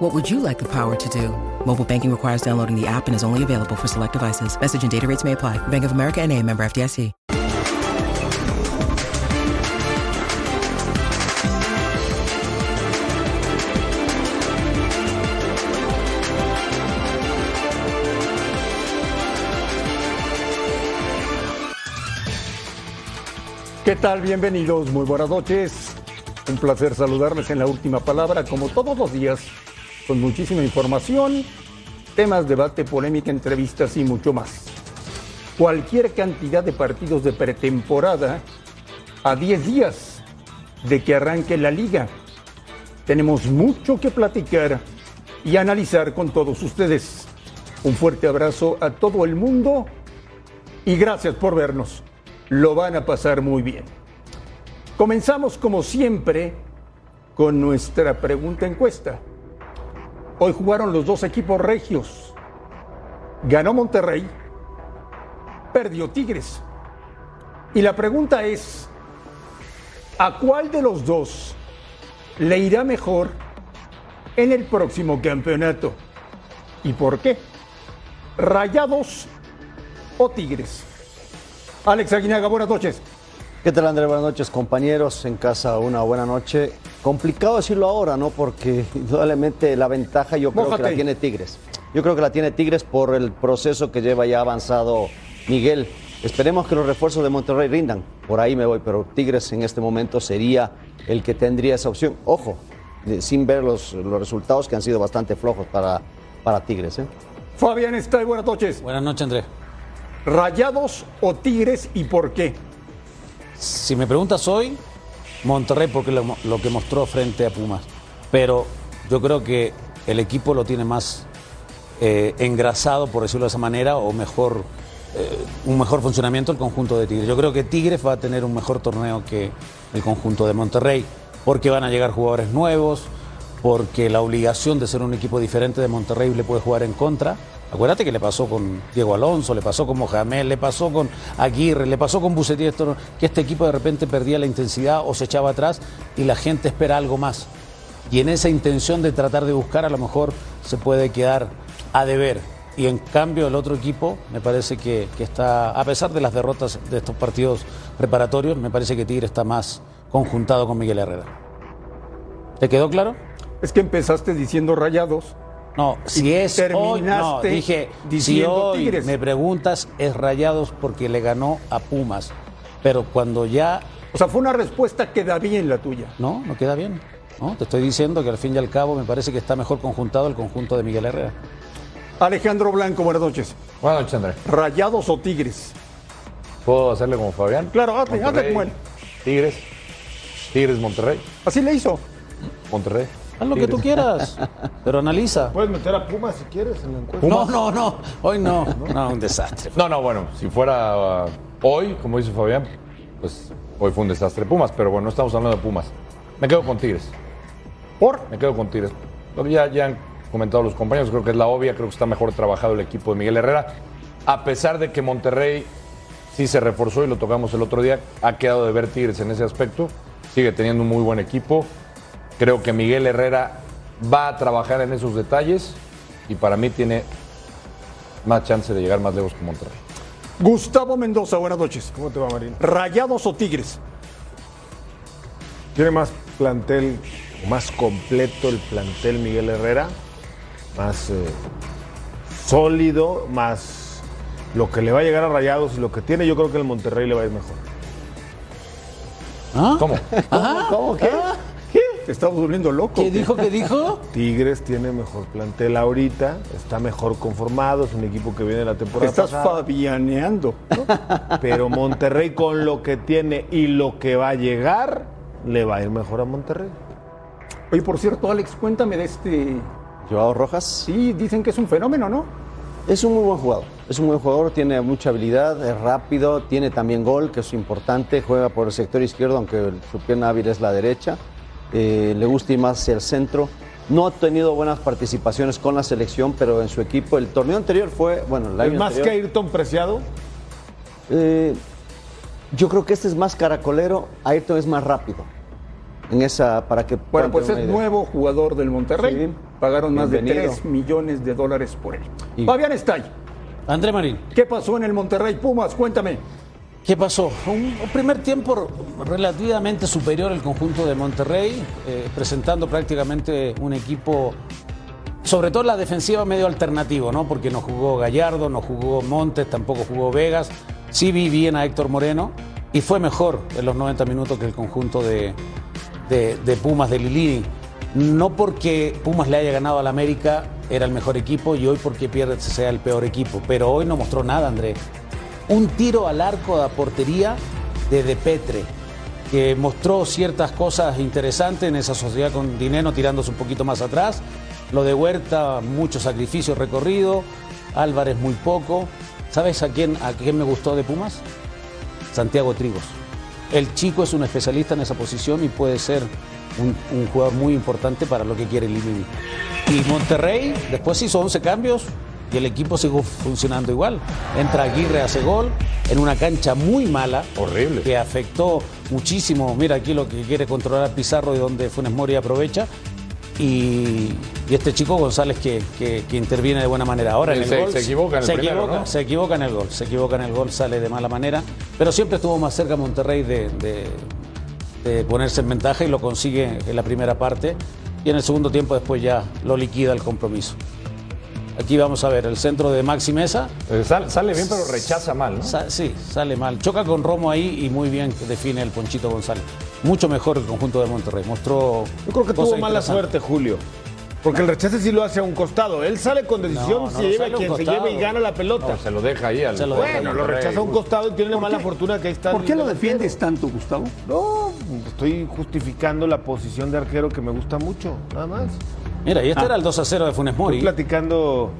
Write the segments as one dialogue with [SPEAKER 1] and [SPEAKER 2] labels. [SPEAKER 1] What would you like the power to do? Mobile banking requires downloading the app and is only available for select devices. Message and data rates may apply. Bank of America and a member FDIC.
[SPEAKER 2] ¿Qué tal? Bienvenidos, muy buenas noches. Un placer saludarles en la última palabra, como todos los días, con muchísima información, temas, debate, polémica, entrevistas y mucho más. Cualquier cantidad de partidos de pretemporada a 10 días de que arranque la liga. Tenemos mucho que platicar y analizar con todos ustedes. Un fuerte abrazo a todo el mundo y gracias por vernos. Lo van a pasar muy bien. Comenzamos como siempre con nuestra pregunta encuesta. Hoy jugaron los dos equipos regios. Ganó Monterrey, perdió Tigres. Y la pregunta es, ¿a cuál de los dos le irá mejor en el próximo campeonato? ¿Y por qué? ¿Rayados o Tigres? Alex Aguinaga, buenas noches.
[SPEAKER 3] ¿Qué tal, André? Buenas noches, compañeros. En casa, una buena noche. Complicado decirlo ahora, ¿no? Porque indudablemente la ventaja yo creo que
[SPEAKER 2] Mójate.
[SPEAKER 3] la tiene Tigres. Yo creo que la tiene Tigres por el proceso que lleva ya avanzado Miguel. Esperemos que los refuerzos de Monterrey rindan. Por ahí me voy, pero Tigres en este momento sería el que tendría esa opción. Ojo, de- sin ver los, los resultados que han sido bastante flojos para, para Tigres, ¿eh?
[SPEAKER 2] Fabián Estay, buenas noches.
[SPEAKER 4] Buenas noches, Andrés.
[SPEAKER 2] ¿Rayados o Tigres y por qué?
[SPEAKER 4] Si me preguntas hoy, Monterrey, porque lo, lo que mostró frente a Pumas. Pero yo creo que el equipo lo tiene más eh, engrasado, por decirlo de esa manera, o mejor, eh, un mejor funcionamiento el conjunto de Tigres. Yo creo que Tigres va a tener un mejor torneo que el conjunto de Monterrey, porque van a llegar jugadores nuevos, porque la obligación de ser un equipo diferente de Monterrey le puede jugar en contra. Acuérdate que le pasó con Diego Alonso, le pasó con Mohamed, le pasó con Aguirre, le pasó con Bucetí, esto- que este equipo de repente perdía la intensidad o se echaba atrás y la gente espera algo más. Y en esa intención de tratar de buscar, a lo mejor se puede quedar a deber. Y en cambio, el otro equipo me parece que, que está, a pesar de las derrotas de estos partidos preparatorios, me parece que Tigre está más conjuntado con Miguel Herrera. ¿Te quedó claro?
[SPEAKER 2] Es que empezaste diciendo rayados.
[SPEAKER 4] No, si es hoy, no,
[SPEAKER 2] terminaste
[SPEAKER 4] dije, si
[SPEAKER 2] diciendo
[SPEAKER 4] hoy
[SPEAKER 2] Tigres.
[SPEAKER 4] me preguntas, es Rayados porque le ganó a Pumas. Pero cuando ya
[SPEAKER 2] O sea, fue una respuesta que da bien la tuya.
[SPEAKER 4] No, no queda bien. No, te estoy diciendo que al fin y al cabo me parece que está mejor conjuntado el conjunto de Miguel Herrera.
[SPEAKER 2] Alejandro Blanco, buenas noches.
[SPEAKER 5] Buenas noches, Andrés.
[SPEAKER 2] ¿Rayados o Tigres?
[SPEAKER 5] ¿Puedo hacerle como Fabián?
[SPEAKER 2] Claro, hazle, hazle
[SPEAKER 5] Monterrey,
[SPEAKER 2] como él.
[SPEAKER 5] Tigres. Tigres, Monterrey.
[SPEAKER 2] Así le hizo.
[SPEAKER 5] Monterrey.
[SPEAKER 4] Haz lo que tú quieras, pero analiza.
[SPEAKER 6] Puedes meter a Pumas si quieres en la encuesta.
[SPEAKER 4] No, no, no, hoy no. No, un desastre.
[SPEAKER 5] No, no, bueno, si fuera ah, hoy, como dice Fabián, pues hoy fue un desastre. Pumas, pero bueno, no estamos hablando de Pumas. Me quedo con Tigres.
[SPEAKER 2] ¿Por?
[SPEAKER 5] Me quedo con Tigres. Lo que ya, ya han comentado los compañeros, creo que es la obvia, creo que está mejor trabajado el equipo de Miguel Herrera. A pesar de que Monterrey sí se reforzó y lo tocamos el otro día, ha quedado de ver Tigres en ese aspecto. Sigue teniendo un muy buen equipo. Creo que Miguel Herrera va a trabajar en esos detalles y para mí tiene más chance de llegar más lejos que Monterrey.
[SPEAKER 2] Gustavo Mendoza, buenas noches.
[SPEAKER 6] ¿Cómo te va, Marín?
[SPEAKER 2] ¿Rayados o Tigres?
[SPEAKER 6] Tiene más plantel, o más completo el plantel Miguel Herrera, más eh, sólido, más lo que le va a llegar a Rayados y lo que tiene, yo creo que el Monterrey le va a ir mejor.
[SPEAKER 4] ¿Ah?
[SPEAKER 5] ¿Cómo?
[SPEAKER 3] ¿Cómo? ¿Qué?
[SPEAKER 2] Te estamos volviendo loco.
[SPEAKER 4] ¿Qué dijo? ¿Qué dijo?
[SPEAKER 6] Tigres tiene mejor plantel ahorita, está mejor conformado, es un equipo que viene de la
[SPEAKER 2] Te
[SPEAKER 6] temporada
[SPEAKER 2] estás
[SPEAKER 6] pasada,
[SPEAKER 2] fabianeando.
[SPEAKER 6] pero Monterrey con lo que tiene y lo que va a llegar, le va a ir mejor a Monterrey.
[SPEAKER 2] Oye, por cierto, Alex, cuéntame de este.
[SPEAKER 3] Joao Rojas.
[SPEAKER 2] Sí, dicen que es un fenómeno, ¿no?
[SPEAKER 3] Es un muy buen jugador. Es un buen jugador, tiene mucha habilidad, es rápido, tiene también gol, que es importante. Juega por el sector izquierdo, aunque el- su pierna hábil es la derecha. Eh, le gusta ir más hacia el centro. No ha tenido buenas participaciones con la selección, pero en su equipo. El torneo anterior fue, bueno, el año
[SPEAKER 6] ¿Es más que
[SPEAKER 3] anterior,
[SPEAKER 6] Ayrton Preciado?
[SPEAKER 3] eh, yo creo que este es más caracolero. Ayrton es más rápido. En esa, para que.
[SPEAKER 2] Bueno,
[SPEAKER 3] puedan
[SPEAKER 2] pues
[SPEAKER 3] tener
[SPEAKER 2] es
[SPEAKER 3] una idea.
[SPEAKER 2] nuevo jugador del Monterrey.
[SPEAKER 3] Sí.
[SPEAKER 2] Pagaron más de
[SPEAKER 3] Bienvenido.
[SPEAKER 2] 3 millones de dólares por él.
[SPEAKER 3] Y-
[SPEAKER 2] Fabián Estay,
[SPEAKER 4] André Marín.
[SPEAKER 2] ¿qué pasó en el Monterrey Pumas? Cuéntame.
[SPEAKER 4] ¿Qué pasó? Un un primer tiempo relativamente superior al conjunto de Monterrey, eh, presentando prácticamente un equipo, sobre todo en la defensiva medio alternativo, ¿no? Porque no jugó Gallardo, no jugó Montes, tampoco jugó Vegas. Sí vi bien a Héctor Moreno y fue mejor en los 90 minutos que el conjunto de, de, de Pumas de Lilini. No porque Pumas le haya ganado al América, era el mejor equipo y hoy porque pierde sea el peor equipo. Pero hoy no mostró nada, André. Un tiro al arco de la portería de De Petre, que mostró ciertas cosas interesantes en esa sociedad con Dineno tirándose un poquito más atrás. Lo de Huerta, mucho sacrificio recorrido. Álvarez muy poco. ¿Sabes a quién, a quién me gustó de Pumas? Santiago Trigos. El chico es un especialista en esa posición y puede ser un, un jugador muy importante para lo que quiere Limini. Y Monterrey después hizo 11 cambios y el equipo siguió funcionando igual. Entra Aguirre, hace gol en una cancha muy mala.
[SPEAKER 5] Horrible.
[SPEAKER 4] Que afectó muchísimo. Mira aquí lo que quiere controlar Pizarro y donde Funes Mori aprovecha. Y, y este chico González que, que- que interviene de buena manera. Ahora en el
[SPEAKER 5] Eh, Se-
[SPEAKER 4] gol.
[SPEAKER 5] se equivoca en el
[SPEAKER 4] se
[SPEAKER 5] primero,
[SPEAKER 4] equivoca,
[SPEAKER 5] ¿no?
[SPEAKER 4] se equivoca en el gol, se equivoca en el gol, sale de mala manera, pero siempre estuvo más cerca Monterrey de, de- de ponerse en ventaja y lo consigue en la primera parte y en el segundo tiempo después ya lo liquida el compromiso. Aquí vamos a ver el centro de Maxi Mesa,
[SPEAKER 5] Eh, sal- sale bien, pero rechaza mal, ¿no?
[SPEAKER 4] Sa- sí, sale mal, choca con Romo ahí y muy bien define el Ponchito González. Mucho mejor el conjunto de Monterrey, mostró...
[SPEAKER 6] Yo creo que
[SPEAKER 4] cosas
[SPEAKER 6] tuvo mala
[SPEAKER 4] interesantes.
[SPEAKER 6] suerte, Julio. Porque el rechace sí lo hace a un costado. Él sale con decisión,
[SPEAKER 4] No, no,
[SPEAKER 6] se
[SPEAKER 4] sale
[SPEAKER 6] lleva a
[SPEAKER 4] a un
[SPEAKER 6] quien se
[SPEAKER 4] costado.
[SPEAKER 6] lleva y gana la pelota.
[SPEAKER 5] No, se lo deja ahí al.
[SPEAKER 4] Se lo deja
[SPEAKER 6] bueno, lo rechaza a un costado y tiene la mala fortuna que ahí está.
[SPEAKER 2] ¿Por qué lo
[SPEAKER 6] el-
[SPEAKER 2] defiendes tanto, Gustavo?
[SPEAKER 6] No, estoy justificando la posición de arquero que me gusta mucho, nada más.
[SPEAKER 4] Mira,
[SPEAKER 6] Ah.
[SPEAKER 4] y este era el 2 a 0 de Funes
[SPEAKER 6] Estoy
[SPEAKER 4] Mori.
[SPEAKER 6] platicando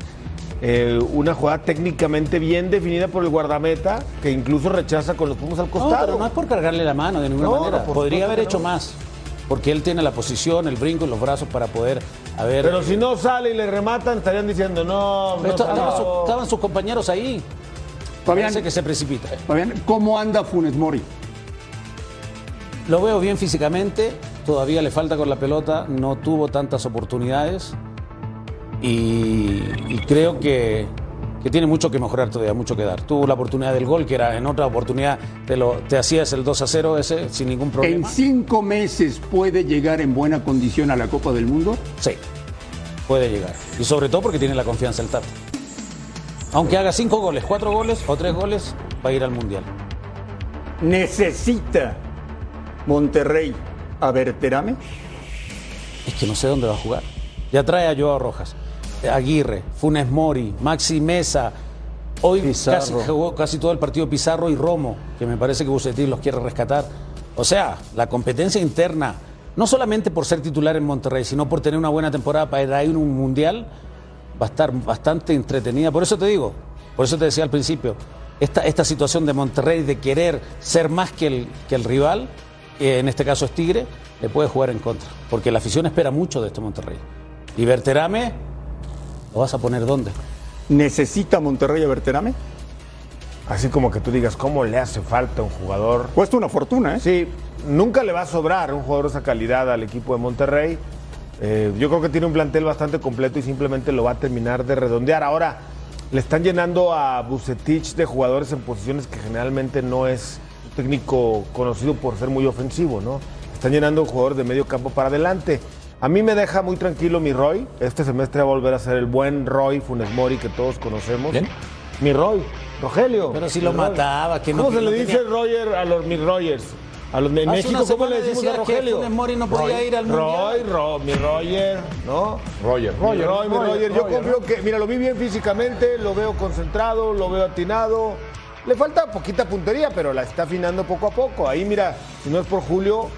[SPEAKER 6] eh, una jugada técnicamente bien definida por el guardameta, que incluso rechaza con los pomos al
[SPEAKER 4] No, pero
[SPEAKER 6] costado.
[SPEAKER 4] no es por cargarle la mano de ninguna
[SPEAKER 6] No, no,
[SPEAKER 4] manera.
[SPEAKER 6] por
[SPEAKER 4] Podría
[SPEAKER 6] supuesto
[SPEAKER 4] haber
[SPEAKER 6] que
[SPEAKER 4] hecho
[SPEAKER 6] no.
[SPEAKER 4] más. Porque él tiene la posición, el brinco y los brazos para poder haber.
[SPEAKER 6] Pero si no sale y le rematan, estarían diciendo, no,
[SPEAKER 4] Pero
[SPEAKER 6] no,
[SPEAKER 4] esta- estaban,
[SPEAKER 6] salió.
[SPEAKER 4] su- estaban sus compañeros ahí.
[SPEAKER 2] Fabián,
[SPEAKER 4] Parece que se precipita.
[SPEAKER 2] Fabián, ¿cómo anda Funes Mori?
[SPEAKER 4] Lo veo bien físicamente. Todavía le falta con la pelota. No tuvo tantas oportunidades. Y, y creo que, que tiene mucho que mejorar todavía, mucho que dar. Tuvo la oportunidad del gol, que era en otra oportunidad. Te, lo, te hacías el 2 a 0 ese sin ningún
[SPEAKER 2] ¿En
[SPEAKER 4] problema.
[SPEAKER 2] cinco meses puede llegar en buena condición a la Copa del Mundo?
[SPEAKER 4] Sí, puede llegar. Y sobre todo porque tiene la confianza el Tata. Aunque haga cinco goles, cuatro goles o tres goles, va a ir al Mundial.
[SPEAKER 2] ¿Necesita Monterrey a Verterame?
[SPEAKER 4] Es que no sé dónde va a jugar. Ya trae a Joao Rojas, Aguirre, Funes Mori, Maxi Mesa. Hoy
[SPEAKER 3] Pizarro.
[SPEAKER 4] casi jugó casi todo el partido Pizarro y Romo, que me parece que Bucetín los quiere rescatar. O sea, la competencia interna, no solamente por ser titular en Monterrey, sino por tener una buena temporada para ir a un mundial, va a estar bastante entretenida. Por eso te digo, por eso te decía al principio, esta, esta situación de Monterrey de querer ser más que el, que el rival, eh, en este caso es Tigre, le puede jugar en contra. Porque la afición espera mucho de este Monterrey. Y Berterame, ¿lo vas a poner dónde?
[SPEAKER 2] ¿Necesita Monterrey a Verterame?
[SPEAKER 6] Así como que tú digas, ¿cómo le hace falta un jugador?
[SPEAKER 2] Cuesta una fortuna, ¿eh?
[SPEAKER 6] Sí, nunca le va a sobrar un jugador de esa calidad al equipo de Monterrey. Eh, yo creo que tiene un plantel bastante completo y simplemente lo va a terminar de redondear. Ahora, le están llenando a Bucetich de jugadores en posiciones que generalmente no es un técnico conocido por ser muy ofensivo, ¿no? Están llenando jugadores de medio campo para adelante. A mí me deja muy tranquilo mi Roy. Este semestre va a volver a ser el buen Roy Funes Mori que todos conocemos.
[SPEAKER 5] ¿Bien?
[SPEAKER 6] Mi Roy, Rogelio.
[SPEAKER 4] Pero si
[SPEAKER 6] Mi
[SPEAKER 4] lo
[SPEAKER 6] Roy.
[SPEAKER 4] mataba, que no-
[SPEAKER 6] ¿Cómo se
[SPEAKER 4] que
[SPEAKER 6] le
[SPEAKER 4] no
[SPEAKER 6] dice
[SPEAKER 4] tenía-
[SPEAKER 6] Roger a los mis Rogers. A los de
[SPEAKER 4] Hace
[SPEAKER 6] México,
[SPEAKER 4] una
[SPEAKER 6] ¿cómo
[SPEAKER 4] semana
[SPEAKER 6] le decimos a
[SPEAKER 4] decías que
[SPEAKER 6] Rogelio?
[SPEAKER 4] Funes Mori no podía ir al
[SPEAKER 6] Roy,
[SPEAKER 4] Mundial.
[SPEAKER 6] Ro- mi Roger, ¿no?
[SPEAKER 5] Roger.
[SPEAKER 6] Mi Roy, mi Roger.
[SPEAKER 5] Roger,
[SPEAKER 6] Yo
[SPEAKER 5] Roger,
[SPEAKER 6] confío que, mira, lo vi bien físicamente, lo veo concentrado, lo veo atinado. Le falta poquita puntería, pero la está afinando poco a poco. Ahí, mira, si no es por Julio,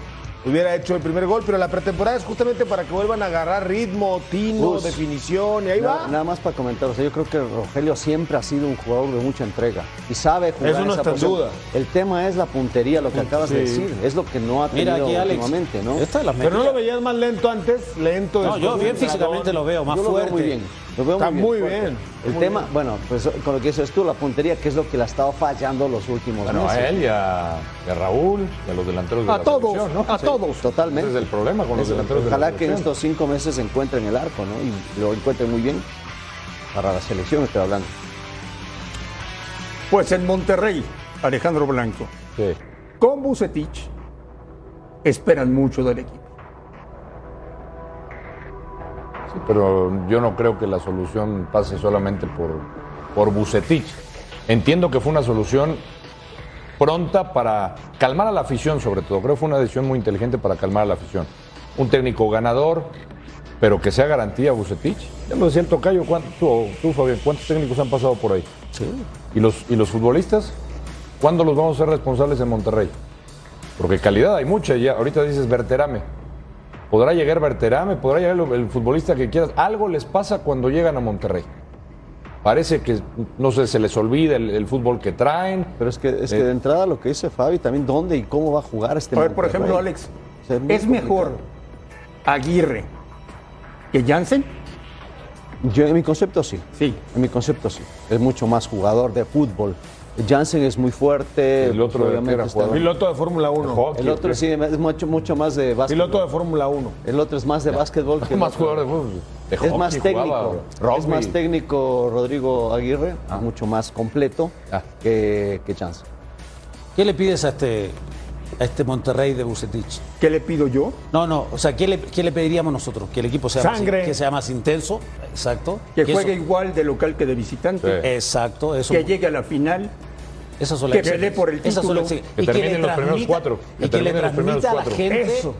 [SPEAKER 6] hubiera hecho el primer gol, pero la pretemporada es justamente para que vuelvan a agarrar ritmo, tino,
[SPEAKER 3] Us.
[SPEAKER 6] definición, y ahí
[SPEAKER 3] Na-
[SPEAKER 6] va.
[SPEAKER 3] Nada más para comentar, o sea, yo creo que Rogelio siempre ha sido un jugador de mucha entrega y sabe jugar
[SPEAKER 6] Eso no
[SPEAKER 3] esa
[SPEAKER 6] está en
[SPEAKER 3] posición.
[SPEAKER 6] duda.
[SPEAKER 3] El tema es la puntería, lo que acabas de
[SPEAKER 6] Sí.
[SPEAKER 3] decir, es lo que no ha
[SPEAKER 4] Mira
[SPEAKER 3] tenido
[SPEAKER 4] aquí, Alex.
[SPEAKER 3] últimamente, ¿no?
[SPEAKER 4] Esta es la
[SPEAKER 6] pero no
[SPEAKER 4] metida.
[SPEAKER 6] lo veías más lento antes, lento
[SPEAKER 4] No,
[SPEAKER 6] después
[SPEAKER 4] yo bien
[SPEAKER 6] del
[SPEAKER 4] físicamente
[SPEAKER 6] dragón.
[SPEAKER 4] lo veo, más
[SPEAKER 3] Yo lo veo
[SPEAKER 4] fuerte.
[SPEAKER 3] muy bien. lo veo
[SPEAKER 6] Está muy
[SPEAKER 3] fuerte.
[SPEAKER 6] bien.
[SPEAKER 3] El
[SPEAKER 6] Muy
[SPEAKER 3] tema,
[SPEAKER 6] bien.
[SPEAKER 3] bueno, pues con lo que dices tú, la puntería, que es lo que le ha estado fallando los últimos
[SPEAKER 5] Bueno, a
[SPEAKER 3] meses.
[SPEAKER 5] él y a, y a Raúl y a los delanteros de
[SPEAKER 2] A
[SPEAKER 5] la
[SPEAKER 2] todos,
[SPEAKER 5] selección, ¿no?
[SPEAKER 2] a todos.
[SPEAKER 3] Totalmente.
[SPEAKER 5] Ese es el problema con los
[SPEAKER 3] Eso,
[SPEAKER 5] delanteros de la
[SPEAKER 3] Ojalá que en
[SPEAKER 5] selección.
[SPEAKER 3] estos cinco meses se encuentre en el arco, ¿no? Y lo encuentre muy bien para la selección, estoy hablando.
[SPEAKER 2] Pues en Monterrey, Alejandro Blanco.
[SPEAKER 5] Sí.
[SPEAKER 2] con Bucetich esperan mucho del equipo.
[SPEAKER 5] Sí, pero yo no creo que la solución pase solamente por, por Bucetich. Entiendo que fue una solución pronta para calmar a la afición, sobre todo. Creo que fue una decisión muy inteligente para calmar a la afición. Un técnico ganador, pero que sea garantía Bucetich. Ya lo decía el tocayo, ¿cuánto- tú, tú, Fabián, ¿cuántos técnicos han pasado por ahí? Sí. ¿Y los, ¿Y los futbolistas? ¿Cuándo los vamos a ser responsables en Monterrey? Porque calidad hay mucha ya. Ahorita dices Berterame. Podrá llegar Berterame, podrá llegar el, el futbolista que quieras. Algo les pasa cuando llegan a Monterrey. Parece que, no sé, se les olvida el, el fútbol que traen.
[SPEAKER 3] Pero es que, es que
[SPEAKER 5] Eh.
[SPEAKER 3] de entrada lo que dice Fabi, también dónde y cómo va a jugar este
[SPEAKER 2] A ver, por
[SPEAKER 3] Monterrey.
[SPEAKER 2] ejemplo, Alex,
[SPEAKER 3] O sea, muy
[SPEAKER 2] ¿es mejor
[SPEAKER 3] complicado.
[SPEAKER 2] Aguirre que Jansen?
[SPEAKER 3] Yo, en mi concepto sí.
[SPEAKER 2] Sí.
[SPEAKER 3] En mi concepto sí. Es mucho más jugador de fútbol. Jansen es muy fuerte.
[SPEAKER 5] El otro
[SPEAKER 3] obviamente
[SPEAKER 5] era
[SPEAKER 3] está-
[SPEAKER 5] jugador.
[SPEAKER 6] Piloto de Fórmula 1.
[SPEAKER 5] Hockey,
[SPEAKER 3] El otro sí es mucho, mucho más de básquetbol.
[SPEAKER 6] Piloto de Fórmula 1.
[SPEAKER 3] El otro es más de básquetbol que el
[SPEAKER 5] más
[SPEAKER 3] otro.
[SPEAKER 5] jugador de fútbol. De
[SPEAKER 3] Es
[SPEAKER 5] hockey
[SPEAKER 3] más
[SPEAKER 5] jugaba,
[SPEAKER 3] técnico.
[SPEAKER 5] rugby.
[SPEAKER 3] Es más técnico Rodrigo Aguirre, mucho más completo
[SPEAKER 5] Ah.
[SPEAKER 3] que, que Chance.
[SPEAKER 4] ¿Qué le pides a este, a este Monterrey de Bucetich?
[SPEAKER 2] ¿Qué le pido yo?
[SPEAKER 4] No, no, o sea, ¿qué le, qué le pediríamos nosotros? Que el equipo sea,
[SPEAKER 6] Sangre.
[SPEAKER 4] Más, que sea más intenso, exacto.
[SPEAKER 2] Que
[SPEAKER 4] eso-
[SPEAKER 2] juegue igual de local que de visitante,
[SPEAKER 5] Sí.
[SPEAKER 4] Exacto, eso.
[SPEAKER 2] que llegue a la final.
[SPEAKER 4] Esas son
[SPEAKER 2] que
[SPEAKER 4] las exigencias.
[SPEAKER 2] pelee por el
[SPEAKER 4] Esas son
[SPEAKER 2] título.
[SPEAKER 4] las exigencias.
[SPEAKER 5] Que
[SPEAKER 4] Y le
[SPEAKER 5] terminen los primeros
[SPEAKER 4] transmita-
[SPEAKER 5] cuatro. Que
[SPEAKER 4] Y que le
[SPEAKER 5] terminen los primeros
[SPEAKER 4] transmita a la
[SPEAKER 5] cuatro.
[SPEAKER 4] gente
[SPEAKER 6] Eso.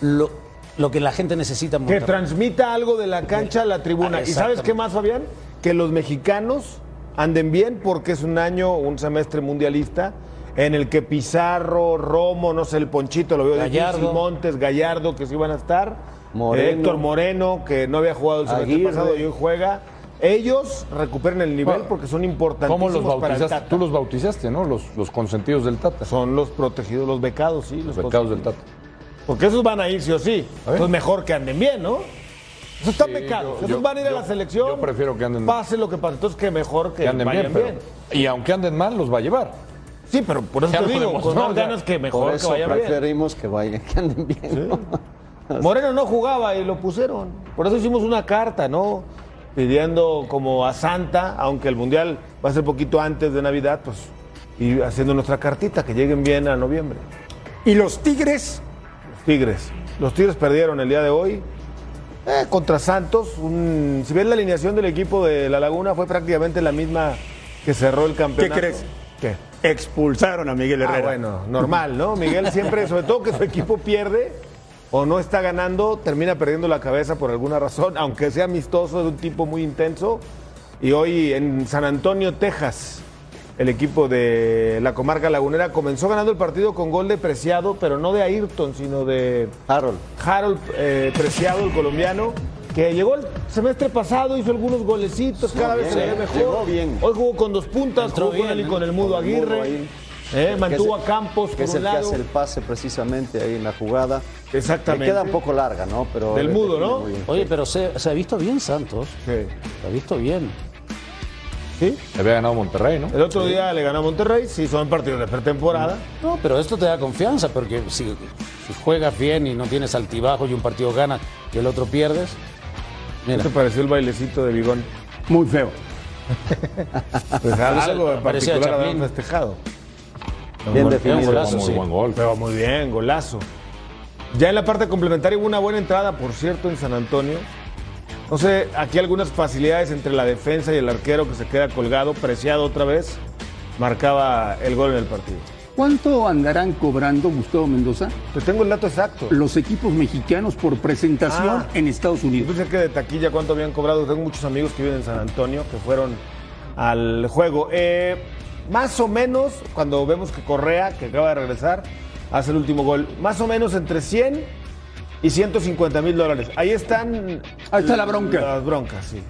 [SPEAKER 4] Lo, lo que la gente necesita en
[SPEAKER 6] Que
[SPEAKER 4] Monterrey.
[SPEAKER 6] transmita algo de la cancha a la tribuna.
[SPEAKER 4] Ah,
[SPEAKER 6] ¿Y sabes qué más, Fabián? Que los mexicanos anden bien porque es un año, un semestre mundialista en el que Pizarro, Romo, no sé, el Ponchito, lo veo de
[SPEAKER 4] Gallardo.
[SPEAKER 6] Montes, Gallardo, que sí iban a estar,
[SPEAKER 3] Moreno.
[SPEAKER 6] Héctor Moreno, que no había jugado el semestre
[SPEAKER 3] Aguirre.
[SPEAKER 6] pasado y hoy juega. Ellos recuperen el nivel
[SPEAKER 5] Bueno,
[SPEAKER 6] porque son
[SPEAKER 5] Ah. ¿Cómo
[SPEAKER 6] importantísimos
[SPEAKER 5] los
[SPEAKER 6] para el
[SPEAKER 5] bautizaste?
[SPEAKER 6] Tata.
[SPEAKER 5] Tú los bautizaste, ¿no? Los, los consentidos del Tata.
[SPEAKER 6] Son los protegidos, los becados, sí.
[SPEAKER 5] Los pecados del Tata.
[SPEAKER 6] Porque esos van a ir sí o sí.
[SPEAKER 5] A ver.
[SPEAKER 6] Entonces mejor que anden bien, ¿no? Esos están
[SPEAKER 5] Sí,
[SPEAKER 6] becados.
[SPEAKER 5] yo-
[SPEAKER 6] Esos
[SPEAKER 5] yo-
[SPEAKER 6] van a ir a
[SPEAKER 5] yo-
[SPEAKER 6] la selección.
[SPEAKER 5] yo prefiero que anden-
[SPEAKER 6] Pase lo que pase. Entonces que mejor que,
[SPEAKER 5] Que anden
[SPEAKER 6] vayan
[SPEAKER 5] bien,
[SPEAKER 6] bien.
[SPEAKER 5] pero- Y aunque anden mal, los va a llevar.
[SPEAKER 6] Sí, pero por eso
[SPEAKER 5] Ya
[SPEAKER 6] te
[SPEAKER 5] lo
[SPEAKER 6] digo,
[SPEAKER 5] demostró,
[SPEAKER 6] con más
[SPEAKER 5] ya.
[SPEAKER 6] ganas que
[SPEAKER 3] Por
[SPEAKER 6] mejor que
[SPEAKER 3] eso
[SPEAKER 6] vayan bien.
[SPEAKER 3] preferimos que vayan, que anden bien. ¿no?
[SPEAKER 6] Moreno no jugaba y lo pusieron. Por eso hicimos una carta, ¿no? Pidiendo como a Santa, aunque el Mundial va a ser poquito antes de Navidad, pues, y haciendo nuestra cartita, que lleguen bien a noviembre.
[SPEAKER 2] Y los Tigres,
[SPEAKER 6] Tigres. Los Tigres perdieron el día de hoy eh, contra Santos. Un- si ves la alineación del equipo de La Laguna, fue prácticamente la misma que cerró el campeonato.
[SPEAKER 2] crees?
[SPEAKER 6] ¿Qué?
[SPEAKER 2] expulsaron a Miguel
[SPEAKER 6] Ah,
[SPEAKER 2] Herrera.
[SPEAKER 6] bueno, normal, ¿no? Miguel siempre, sobre todo que su equipo pierde o no está ganando, termina perdiendo la cabeza por alguna razón, aunque sea amistoso, es un tipo muy intenso. Y hoy en San Antonio, Texas, el equipo de la comarca lagunera comenzó ganando el partido con gol de Preciado, pero no de Ayrton, sino de
[SPEAKER 3] Harold.
[SPEAKER 6] Harold eh, Preciado, el colombiano, que llegó el semestre pasado, hizo algunos golecitos, cada vez se
[SPEAKER 3] bien,
[SPEAKER 6] ve
[SPEAKER 3] eh.
[SPEAKER 6] mejor.
[SPEAKER 3] Llegó bien.
[SPEAKER 6] Hoy jugó con dos puntas,
[SPEAKER 4] Entró
[SPEAKER 6] jugó con
[SPEAKER 4] bien,
[SPEAKER 6] él y
[SPEAKER 4] ¿eh?
[SPEAKER 6] con el Mudo
[SPEAKER 3] Con el Mudo
[SPEAKER 6] Aguirre.
[SPEAKER 3] ahí.
[SPEAKER 6] eh,
[SPEAKER 3] Que
[SPEAKER 6] mantuvo
[SPEAKER 3] es
[SPEAKER 6] a
[SPEAKER 3] el-
[SPEAKER 6] Campos
[SPEAKER 3] Que
[SPEAKER 6] por
[SPEAKER 3] es
[SPEAKER 6] un
[SPEAKER 3] el que
[SPEAKER 6] lado.
[SPEAKER 3] hace el pase precisamente ahí en la jugada.
[SPEAKER 6] Exactamente.
[SPEAKER 3] Le queda un poco larga, ¿no? Pero
[SPEAKER 6] Del
[SPEAKER 3] le
[SPEAKER 6] Mudo,
[SPEAKER 3] define
[SPEAKER 6] ¿no?
[SPEAKER 3] muy bien.
[SPEAKER 4] Oye, pero se, se ha visto bien Santos.
[SPEAKER 6] Sí.
[SPEAKER 4] Se ha visto bien.
[SPEAKER 6] Sí.
[SPEAKER 5] Se había ganado Monterrey, ¿no?
[SPEAKER 6] El otro día le ganó a Monterrey, sí, son partidos de pretemporada.
[SPEAKER 4] No, pero esto te da confianza, porque si, si juegas bien y no tienes altibajos y un partido ganas y el otro pierdes.
[SPEAKER 6] ¿Qué
[SPEAKER 4] Mira,
[SPEAKER 6] te pareció el bailecito de Bigón?
[SPEAKER 2] Muy feo.
[SPEAKER 6] Pues algo en
[SPEAKER 4] parecía
[SPEAKER 6] particular
[SPEAKER 4] Chaplin.
[SPEAKER 6] habrán festejado.
[SPEAKER 3] Bien
[SPEAKER 5] Un gol-
[SPEAKER 3] definido.
[SPEAKER 5] un golazo,
[SPEAKER 4] Muy
[SPEAKER 5] sí.
[SPEAKER 4] buen
[SPEAKER 6] Pero muy bien, golazo. Ya en la parte complementaria hubo una buena entrada, por cierto, en San Antonio. No sé, aquí algunas facilidades entre la defensa y el arquero que se queda colgado, preciado otra vez, marcaba el gol en el partido.
[SPEAKER 7] ¿Cuánto andarán cobrando, Gustavo Mendoza,
[SPEAKER 6] Te tengo el dato exacto.
[SPEAKER 7] los equipos mexicanos por presentación
[SPEAKER 6] Ah.
[SPEAKER 7] en Estados
[SPEAKER 6] Yo
[SPEAKER 7] Unidos?
[SPEAKER 6] pensé que de taquilla cuánto habían cobrado. Tengo muchos amigos que viven en San Antonio que fueron al juego. Eh, más o menos, cuando vemos que Correa, que acaba de regresar, hace el último gol. Más o menos entre 100 y 150 mil dólares. Ahí están.
[SPEAKER 7] Ahí está la bronca.
[SPEAKER 6] Las broncas, sí.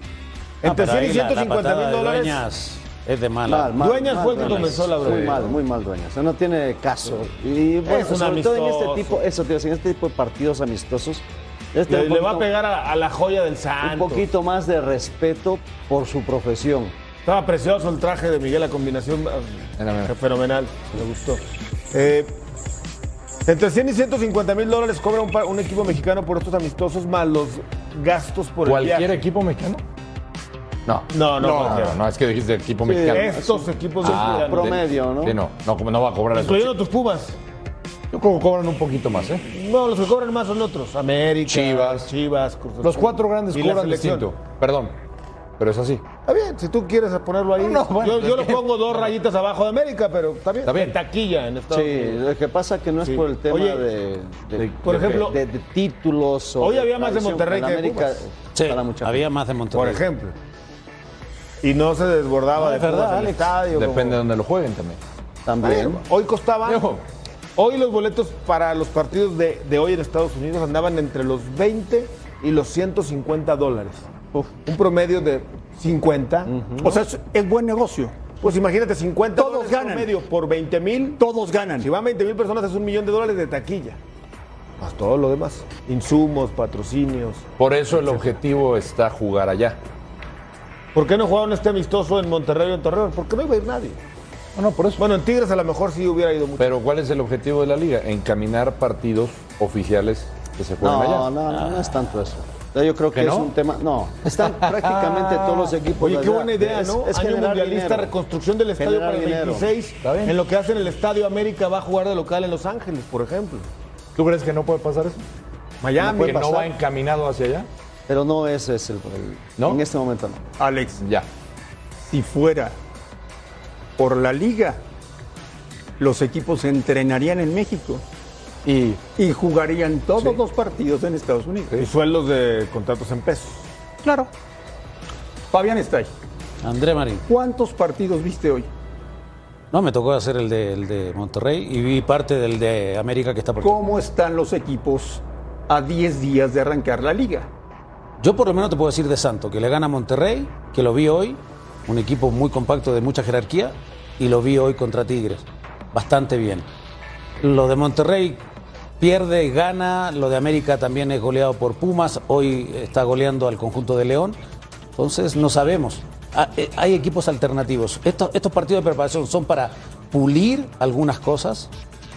[SPEAKER 4] Ah,
[SPEAKER 6] Entre
[SPEAKER 4] pero
[SPEAKER 6] 100
[SPEAKER 4] ahí
[SPEAKER 6] y
[SPEAKER 4] la- la
[SPEAKER 6] 150
[SPEAKER 4] patada
[SPEAKER 6] mil
[SPEAKER 4] de
[SPEAKER 6] dólares.
[SPEAKER 4] Dueñas es de mala.
[SPEAKER 3] Mal, mal,
[SPEAKER 6] Dueñas
[SPEAKER 3] mal,
[SPEAKER 6] fue el que
[SPEAKER 3] Dueñas.
[SPEAKER 6] comenzó la
[SPEAKER 3] Muy
[SPEAKER 6] bronca.
[SPEAKER 3] mal, muy mal Dueñas. O sea, no tiene caso. Y bueno,
[SPEAKER 6] Es un
[SPEAKER 3] sobre todo en
[SPEAKER 6] amistoso.
[SPEAKER 3] este tipo, eso, te digo, en este tipo de partidos amistosos, este
[SPEAKER 6] Le,
[SPEAKER 3] un
[SPEAKER 6] le va a
[SPEAKER 3] poquito-
[SPEAKER 6] pegar a, a la joya del
[SPEAKER 3] un
[SPEAKER 6] Santos.
[SPEAKER 3] poquito más de respeto por su profesión.
[SPEAKER 6] Estaba precioso el traje de Miguel, la combinación ah,
[SPEAKER 5] Era mera.
[SPEAKER 6] fenomenal, me gustó. Eh, entre 100 y 150 mil dólares cobra un, pa- un equipo mexicano por estos amistosos más los gastos por el
[SPEAKER 5] ¿Cualquier
[SPEAKER 6] viaje.
[SPEAKER 5] equipo mexicano? No.
[SPEAKER 6] No, no,
[SPEAKER 5] no,
[SPEAKER 6] cualquiera.
[SPEAKER 5] no, no, es que dijiste equipo mexicano.
[SPEAKER 6] Estos equipos
[SPEAKER 5] Ah,
[SPEAKER 6] de
[SPEAKER 3] promedio, ¿no?
[SPEAKER 5] Sí, no, no, como no va a cobrar eso.
[SPEAKER 6] incluyendo tus Pumas.
[SPEAKER 5] Yo creo que cobran un poquito más, ¿eh?
[SPEAKER 6] No, los que cobran más son otros. América,
[SPEAKER 5] Chivas.
[SPEAKER 6] Chivas, Cruz Azul.
[SPEAKER 5] Los cuatro grandes
[SPEAKER 6] Y la
[SPEAKER 5] cobran
[SPEAKER 6] selección.
[SPEAKER 5] distinto. Perdón, pero es así.
[SPEAKER 6] Está bien, si tú quieres ponerlo ahí.
[SPEAKER 5] No, no, bueno,
[SPEAKER 6] yo yo
[SPEAKER 5] es
[SPEAKER 6] lo
[SPEAKER 5] que-
[SPEAKER 6] pongo dos rayitas abajo de América, pero está bien.
[SPEAKER 5] Está bien.
[SPEAKER 6] De taquilla en Estados
[SPEAKER 3] Sí,
[SPEAKER 6] Unidos.
[SPEAKER 3] lo que pasa que no es
[SPEAKER 6] Sí.
[SPEAKER 3] por el tema
[SPEAKER 6] Oye,
[SPEAKER 3] de, de-
[SPEAKER 5] de-
[SPEAKER 6] por
[SPEAKER 3] de-
[SPEAKER 6] ejemplo,
[SPEAKER 3] de, de títulos. o
[SPEAKER 6] hoy había más de
[SPEAKER 3] tradición.
[SPEAKER 6] Monterrey
[SPEAKER 3] En
[SPEAKER 6] que de
[SPEAKER 3] América
[SPEAKER 6] Pumas.
[SPEAKER 4] Sí,
[SPEAKER 3] para mucha
[SPEAKER 4] había más de
[SPEAKER 6] por
[SPEAKER 4] Monterrey.
[SPEAKER 6] ejemplo. Y no se desbordaba
[SPEAKER 3] No,
[SPEAKER 6] de
[SPEAKER 3] es verdad,
[SPEAKER 6] fugas del
[SPEAKER 3] Alex.
[SPEAKER 6] estadio.
[SPEAKER 5] Depende de
[SPEAKER 6] como-
[SPEAKER 5] dónde lo jueguen también.
[SPEAKER 3] También.
[SPEAKER 6] Hoy costaban.
[SPEAKER 5] Ojo.
[SPEAKER 6] Hoy los boletos para los partidos de, de hoy en Estados Unidos andaban entre los 20 y los 150 dólares. Un promedio de 50.
[SPEAKER 2] O sea, es, es buen negocio.
[SPEAKER 6] Pues imagínate, 50
[SPEAKER 2] Todos
[SPEAKER 6] dólares
[SPEAKER 2] ganan.
[SPEAKER 6] promedio por 20 mil.
[SPEAKER 2] Todos ganan.
[SPEAKER 6] Si van 20 mil personas es un millón de dólares de taquilla. Más todo lo demás. Insumos, patrocinios.
[SPEAKER 5] Por eso el objetivo está jugar allá.
[SPEAKER 6] ¿Por qué no jugaron este amistoso en Monterrey o en Torreón? Porque no iba a ir nadie.
[SPEAKER 5] No, no, por eso.
[SPEAKER 6] Bueno, en Tigres a lo mejor sí hubiera ido mucho.
[SPEAKER 5] Pero ¿cuál es el objetivo de la liga? Encaminar partidos oficiales que se juegan
[SPEAKER 3] No, no,
[SPEAKER 5] allá.
[SPEAKER 3] no, no es tanto eso. O sea, Yo creo que,
[SPEAKER 5] ¿Que
[SPEAKER 3] es
[SPEAKER 5] no?
[SPEAKER 3] un tema. No, están prácticamente todos los equipos.
[SPEAKER 6] Oye,
[SPEAKER 3] de
[SPEAKER 6] qué
[SPEAKER 3] allá.
[SPEAKER 6] buena idea,
[SPEAKER 3] Es-
[SPEAKER 6] ¿no?
[SPEAKER 3] Es,
[SPEAKER 6] Año
[SPEAKER 3] generar
[SPEAKER 6] mundialista,
[SPEAKER 3] dinero.
[SPEAKER 6] reconstrucción del estadio
[SPEAKER 3] Generar
[SPEAKER 6] para el
[SPEAKER 3] dinero.
[SPEAKER 6] 26.
[SPEAKER 5] Está bien.
[SPEAKER 6] En lo que hacen el Estadio América va a jugar de local en Los Ángeles, por ejemplo.
[SPEAKER 5] ¿Tú crees que no puede pasar eso?
[SPEAKER 6] Miami.
[SPEAKER 5] ¿Que no va encaminado hacia allá?
[SPEAKER 3] Pero no ese es el. el-
[SPEAKER 5] ¿No?
[SPEAKER 3] En este momento no.
[SPEAKER 2] Alex,
[SPEAKER 5] Ya.
[SPEAKER 2] si fuera por la liga, los equipos se entrenarían en México
[SPEAKER 5] Y
[SPEAKER 2] y jugarían todos los partidos en Estados Unidos.
[SPEAKER 6] Y sueldos de contratos en pesos.
[SPEAKER 2] Claro. Fabián Estay,
[SPEAKER 4] André Marín.
[SPEAKER 2] ¿cuántos partidos viste hoy?
[SPEAKER 4] No, me tocó hacer el de, el de Monterrey y vi parte del de América que está por aquí.
[SPEAKER 2] ¿Cómo están los equipos a 10 días de arrancar la liga?
[SPEAKER 4] Yo por lo menos te puedo decir de Santo, que le gana a Monterrey, que lo vi hoy, un equipo muy compacto de mucha jerarquía, y lo vi hoy contra Tigres, bastante bien. Lo de Monterrey pierde, gana, lo de América también es goleado por Pumas, hoy está goleando al conjunto de León, entonces no sabemos. Ha- eh, Hay equipos alternativos. Estos, estos partidos de preparación son para pulir algunas cosas,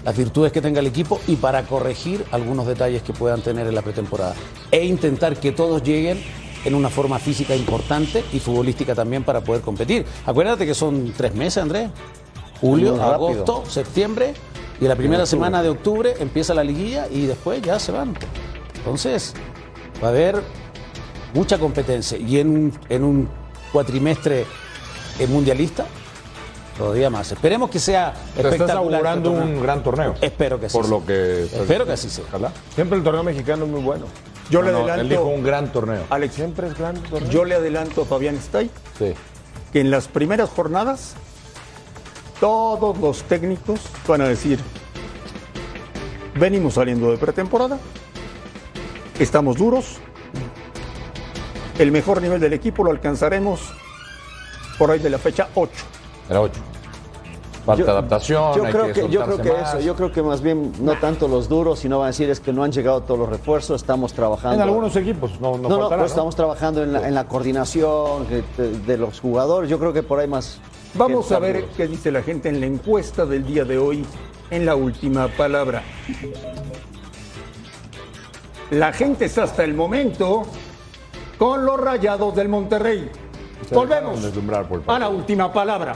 [SPEAKER 4] las virtudes que tenga el equipo y para corregir algunos detalles que puedan tener en la pretemporada. E intentar que todos lleguen en una forma física importante y futbolística también para poder competir. Acuérdate que son tres meses, Andrés. Julio,
[SPEAKER 3] Muy rápido.
[SPEAKER 4] agosto, septiembre y la primera semana de octubre empieza la liguilla y después ya se van. Entonces, va a haber mucha competencia y en un, en un cuatrimestre eh, mundialista, todavía más. Esperemos que sea
[SPEAKER 5] te
[SPEAKER 4] espectacular.
[SPEAKER 5] estás augurando
[SPEAKER 4] este torneo.
[SPEAKER 5] un gran torneo.
[SPEAKER 4] Espero que sí
[SPEAKER 5] Por
[SPEAKER 4] sea.
[SPEAKER 5] lo que.
[SPEAKER 4] Espero que así sea.
[SPEAKER 5] Ojalá.
[SPEAKER 6] Siempre el torneo mexicano es muy bueno.
[SPEAKER 2] Yo le
[SPEAKER 5] No, no, él dijo
[SPEAKER 2] adelanto,
[SPEAKER 5] un gran torneo.
[SPEAKER 2] Alex,
[SPEAKER 6] Siempre es grande el torneo.
[SPEAKER 2] yo le adelanto a Fabián Estay
[SPEAKER 5] Sí.
[SPEAKER 2] que en las primeras jornadas todos los técnicos van a decir, venimos saliendo de pretemporada, estamos duros, el mejor nivel del equipo lo alcanzaremos por ahí de la fecha 8.
[SPEAKER 5] Era ocho. Falta
[SPEAKER 3] Yo-
[SPEAKER 5] adaptación.
[SPEAKER 3] Yo
[SPEAKER 5] hay
[SPEAKER 3] creo que, yo creo
[SPEAKER 5] soltarse
[SPEAKER 3] que
[SPEAKER 5] más.
[SPEAKER 3] eso, yo creo que más bien no tanto los duros, sino van a decir es que no han llegado todos los refuerzos, estamos trabajando.
[SPEAKER 5] En algunos equipos, no,
[SPEAKER 3] No,
[SPEAKER 5] no,
[SPEAKER 3] no,
[SPEAKER 5] faltará,
[SPEAKER 3] pues
[SPEAKER 5] ¿no?
[SPEAKER 3] estamos trabajando en la, en la coordinación de, de- de los jugadores. Yo creo que por ahí más.
[SPEAKER 2] Vamos
[SPEAKER 3] que
[SPEAKER 2] a ver
[SPEAKER 3] cambios.
[SPEAKER 2] qué dice la gente en la encuesta del día de hoy, en la última palabra. La gente está hasta el momento con los rayados del Monterrey.
[SPEAKER 5] Se
[SPEAKER 2] Volvemos
[SPEAKER 5] dejaron deslumbrar por el
[SPEAKER 2] a la
[SPEAKER 5] partido.
[SPEAKER 2] última palabra.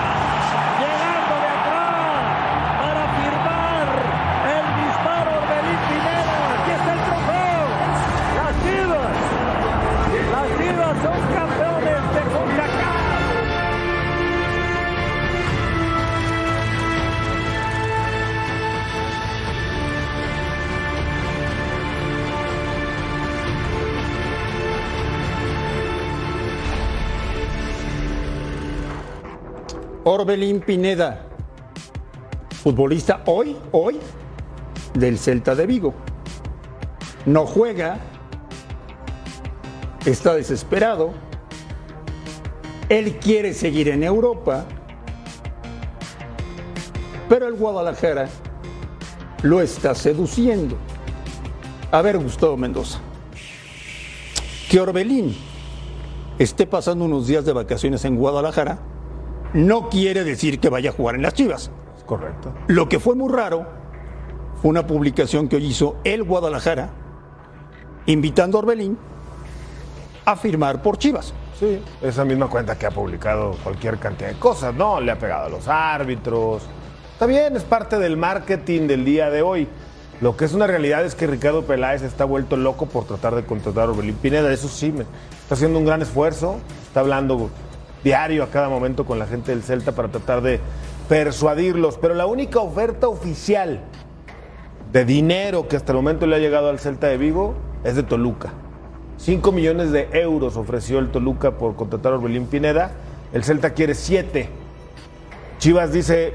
[SPEAKER 8] Llegando de atrás para firmar el disparo de Orbelín Pineda. Aquí está el trofeo. Las Chivas. Las Chivas son campeones de CONCACAF.
[SPEAKER 2] Orbelín Pineda, futbolista hoy, hoy, del Celta de Vigo. No juega, está desesperado, él quiere seguir en Europa, pero el Guadalajara lo está seduciendo. A ver, Gustavo Mendoza, que Orbelín esté pasando unos días de vacaciones en Guadalajara, no quiere decir que vaya a jugar en las Chivas.
[SPEAKER 6] Correcto.
[SPEAKER 2] Lo que fue muy raro fue una publicación que hoy hizo el Guadalajara invitando a Orbelín a firmar por Chivas.
[SPEAKER 6] Sí, esa misma cuenta que ha publicado cualquier cantidad de cosas, ¿no? Le ha pegado a los árbitros. También es parte del marketing del día de hoy. Lo que es una realidad es que Ricardo Peláez está vuelto loco por tratar de contratar a Orbelín Pineda. Eso sí, me- está haciendo un gran esfuerzo. Está hablando diario a cada momento con la gente del Celta para tratar de persuadirlos. Pero la única oferta oficial de dinero que hasta el momento le ha llegado al Celta de Vigo es de Toluca. 5 millones de euros ofreció el Toluca por contratar a Orbelín Pineda. El Celta quiere 7. Chivas dice,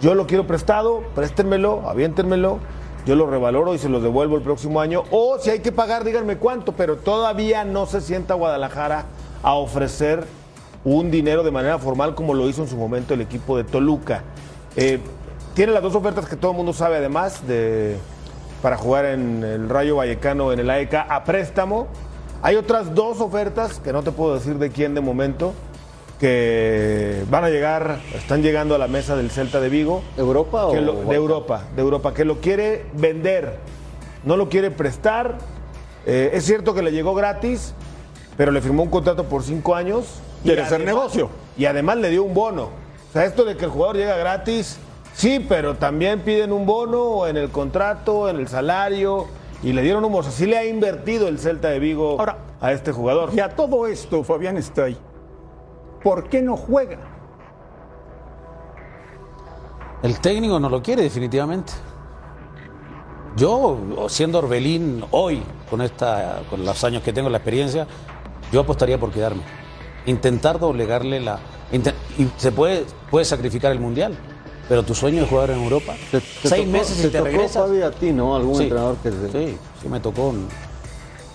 [SPEAKER 6] yo lo quiero prestado, préstenmelo, aviéntenmelo, yo lo revaloro y se los devuelvo el próximo año. O si hay que pagar, díganme cuánto, pero todavía no se sienta Guadalajara a ofrecer un dinero de manera formal como lo hizo en su momento el equipo de Toluca. Eh, tiene las dos ofertas que todo el mundo sabe además de para jugar en el Rayo Vallecano en el AEK a préstamo. Hay otras dos ofertas que no te puedo decir de quién de momento que van a llegar, están llegando a la mesa del Celta de Vigo.
[SPEAKER 3] ¿Europa o
[SPEAKER 6] Que lo-
[SPEAKER 2] Oh.
[SPEAKER 3] Guadalajara?
[SPEAKER 6] de Europa, de Europa, que lo quiere vender, no lo quiere prestar. Eh, es cierto que le llegó gratis, pero le firmó un contrato por cinco años. y
[SPEAKER 2] Quiere hacer
[SPEAKER 6] además-
[SPEAKER 2] negocio.
[SPEAKER 6] Y además le dio un bono. O sea, esto de que el jugador llega gratis, sí, pero también piden un bono en el contrato, en el salario, y le dieron un bono. O sea, sí le ha invertido el Celta de Vigo
[SPEAKER 2] Ahora,
[SPEAKER 6] a este jugador.
[SPEAKER 2] Y a todo esto, Fabián está ahí. ¿Por qué no juega?
[SPEAKER 4] El técnico no lo quiere definitivamente. Yo, siendo Orbelín hoy, con, esta, con los años que tengo, la experiencia, yo apostaría por quedarme. Intentar doblegarle la... inte- y se puede, puede sacrificar el Mundial, pero tu sueño es jugar en Europa.
[SPEAKER 3] Te- te
[SPEAKER 4] Seis
[SPEAKER 3] tocó-
[SPEAKER 4] meses y te,
[SPEAKER 3] tocó,
[SPEAKER 4] regresas.
[SPEAKER 3] Fabi, a ti, ¿no? Algún
[SPEAKER 4] Sí,
[SPEAKER 3] entrenador que te-
[SPEAKER 4] Sí, sí me tocó.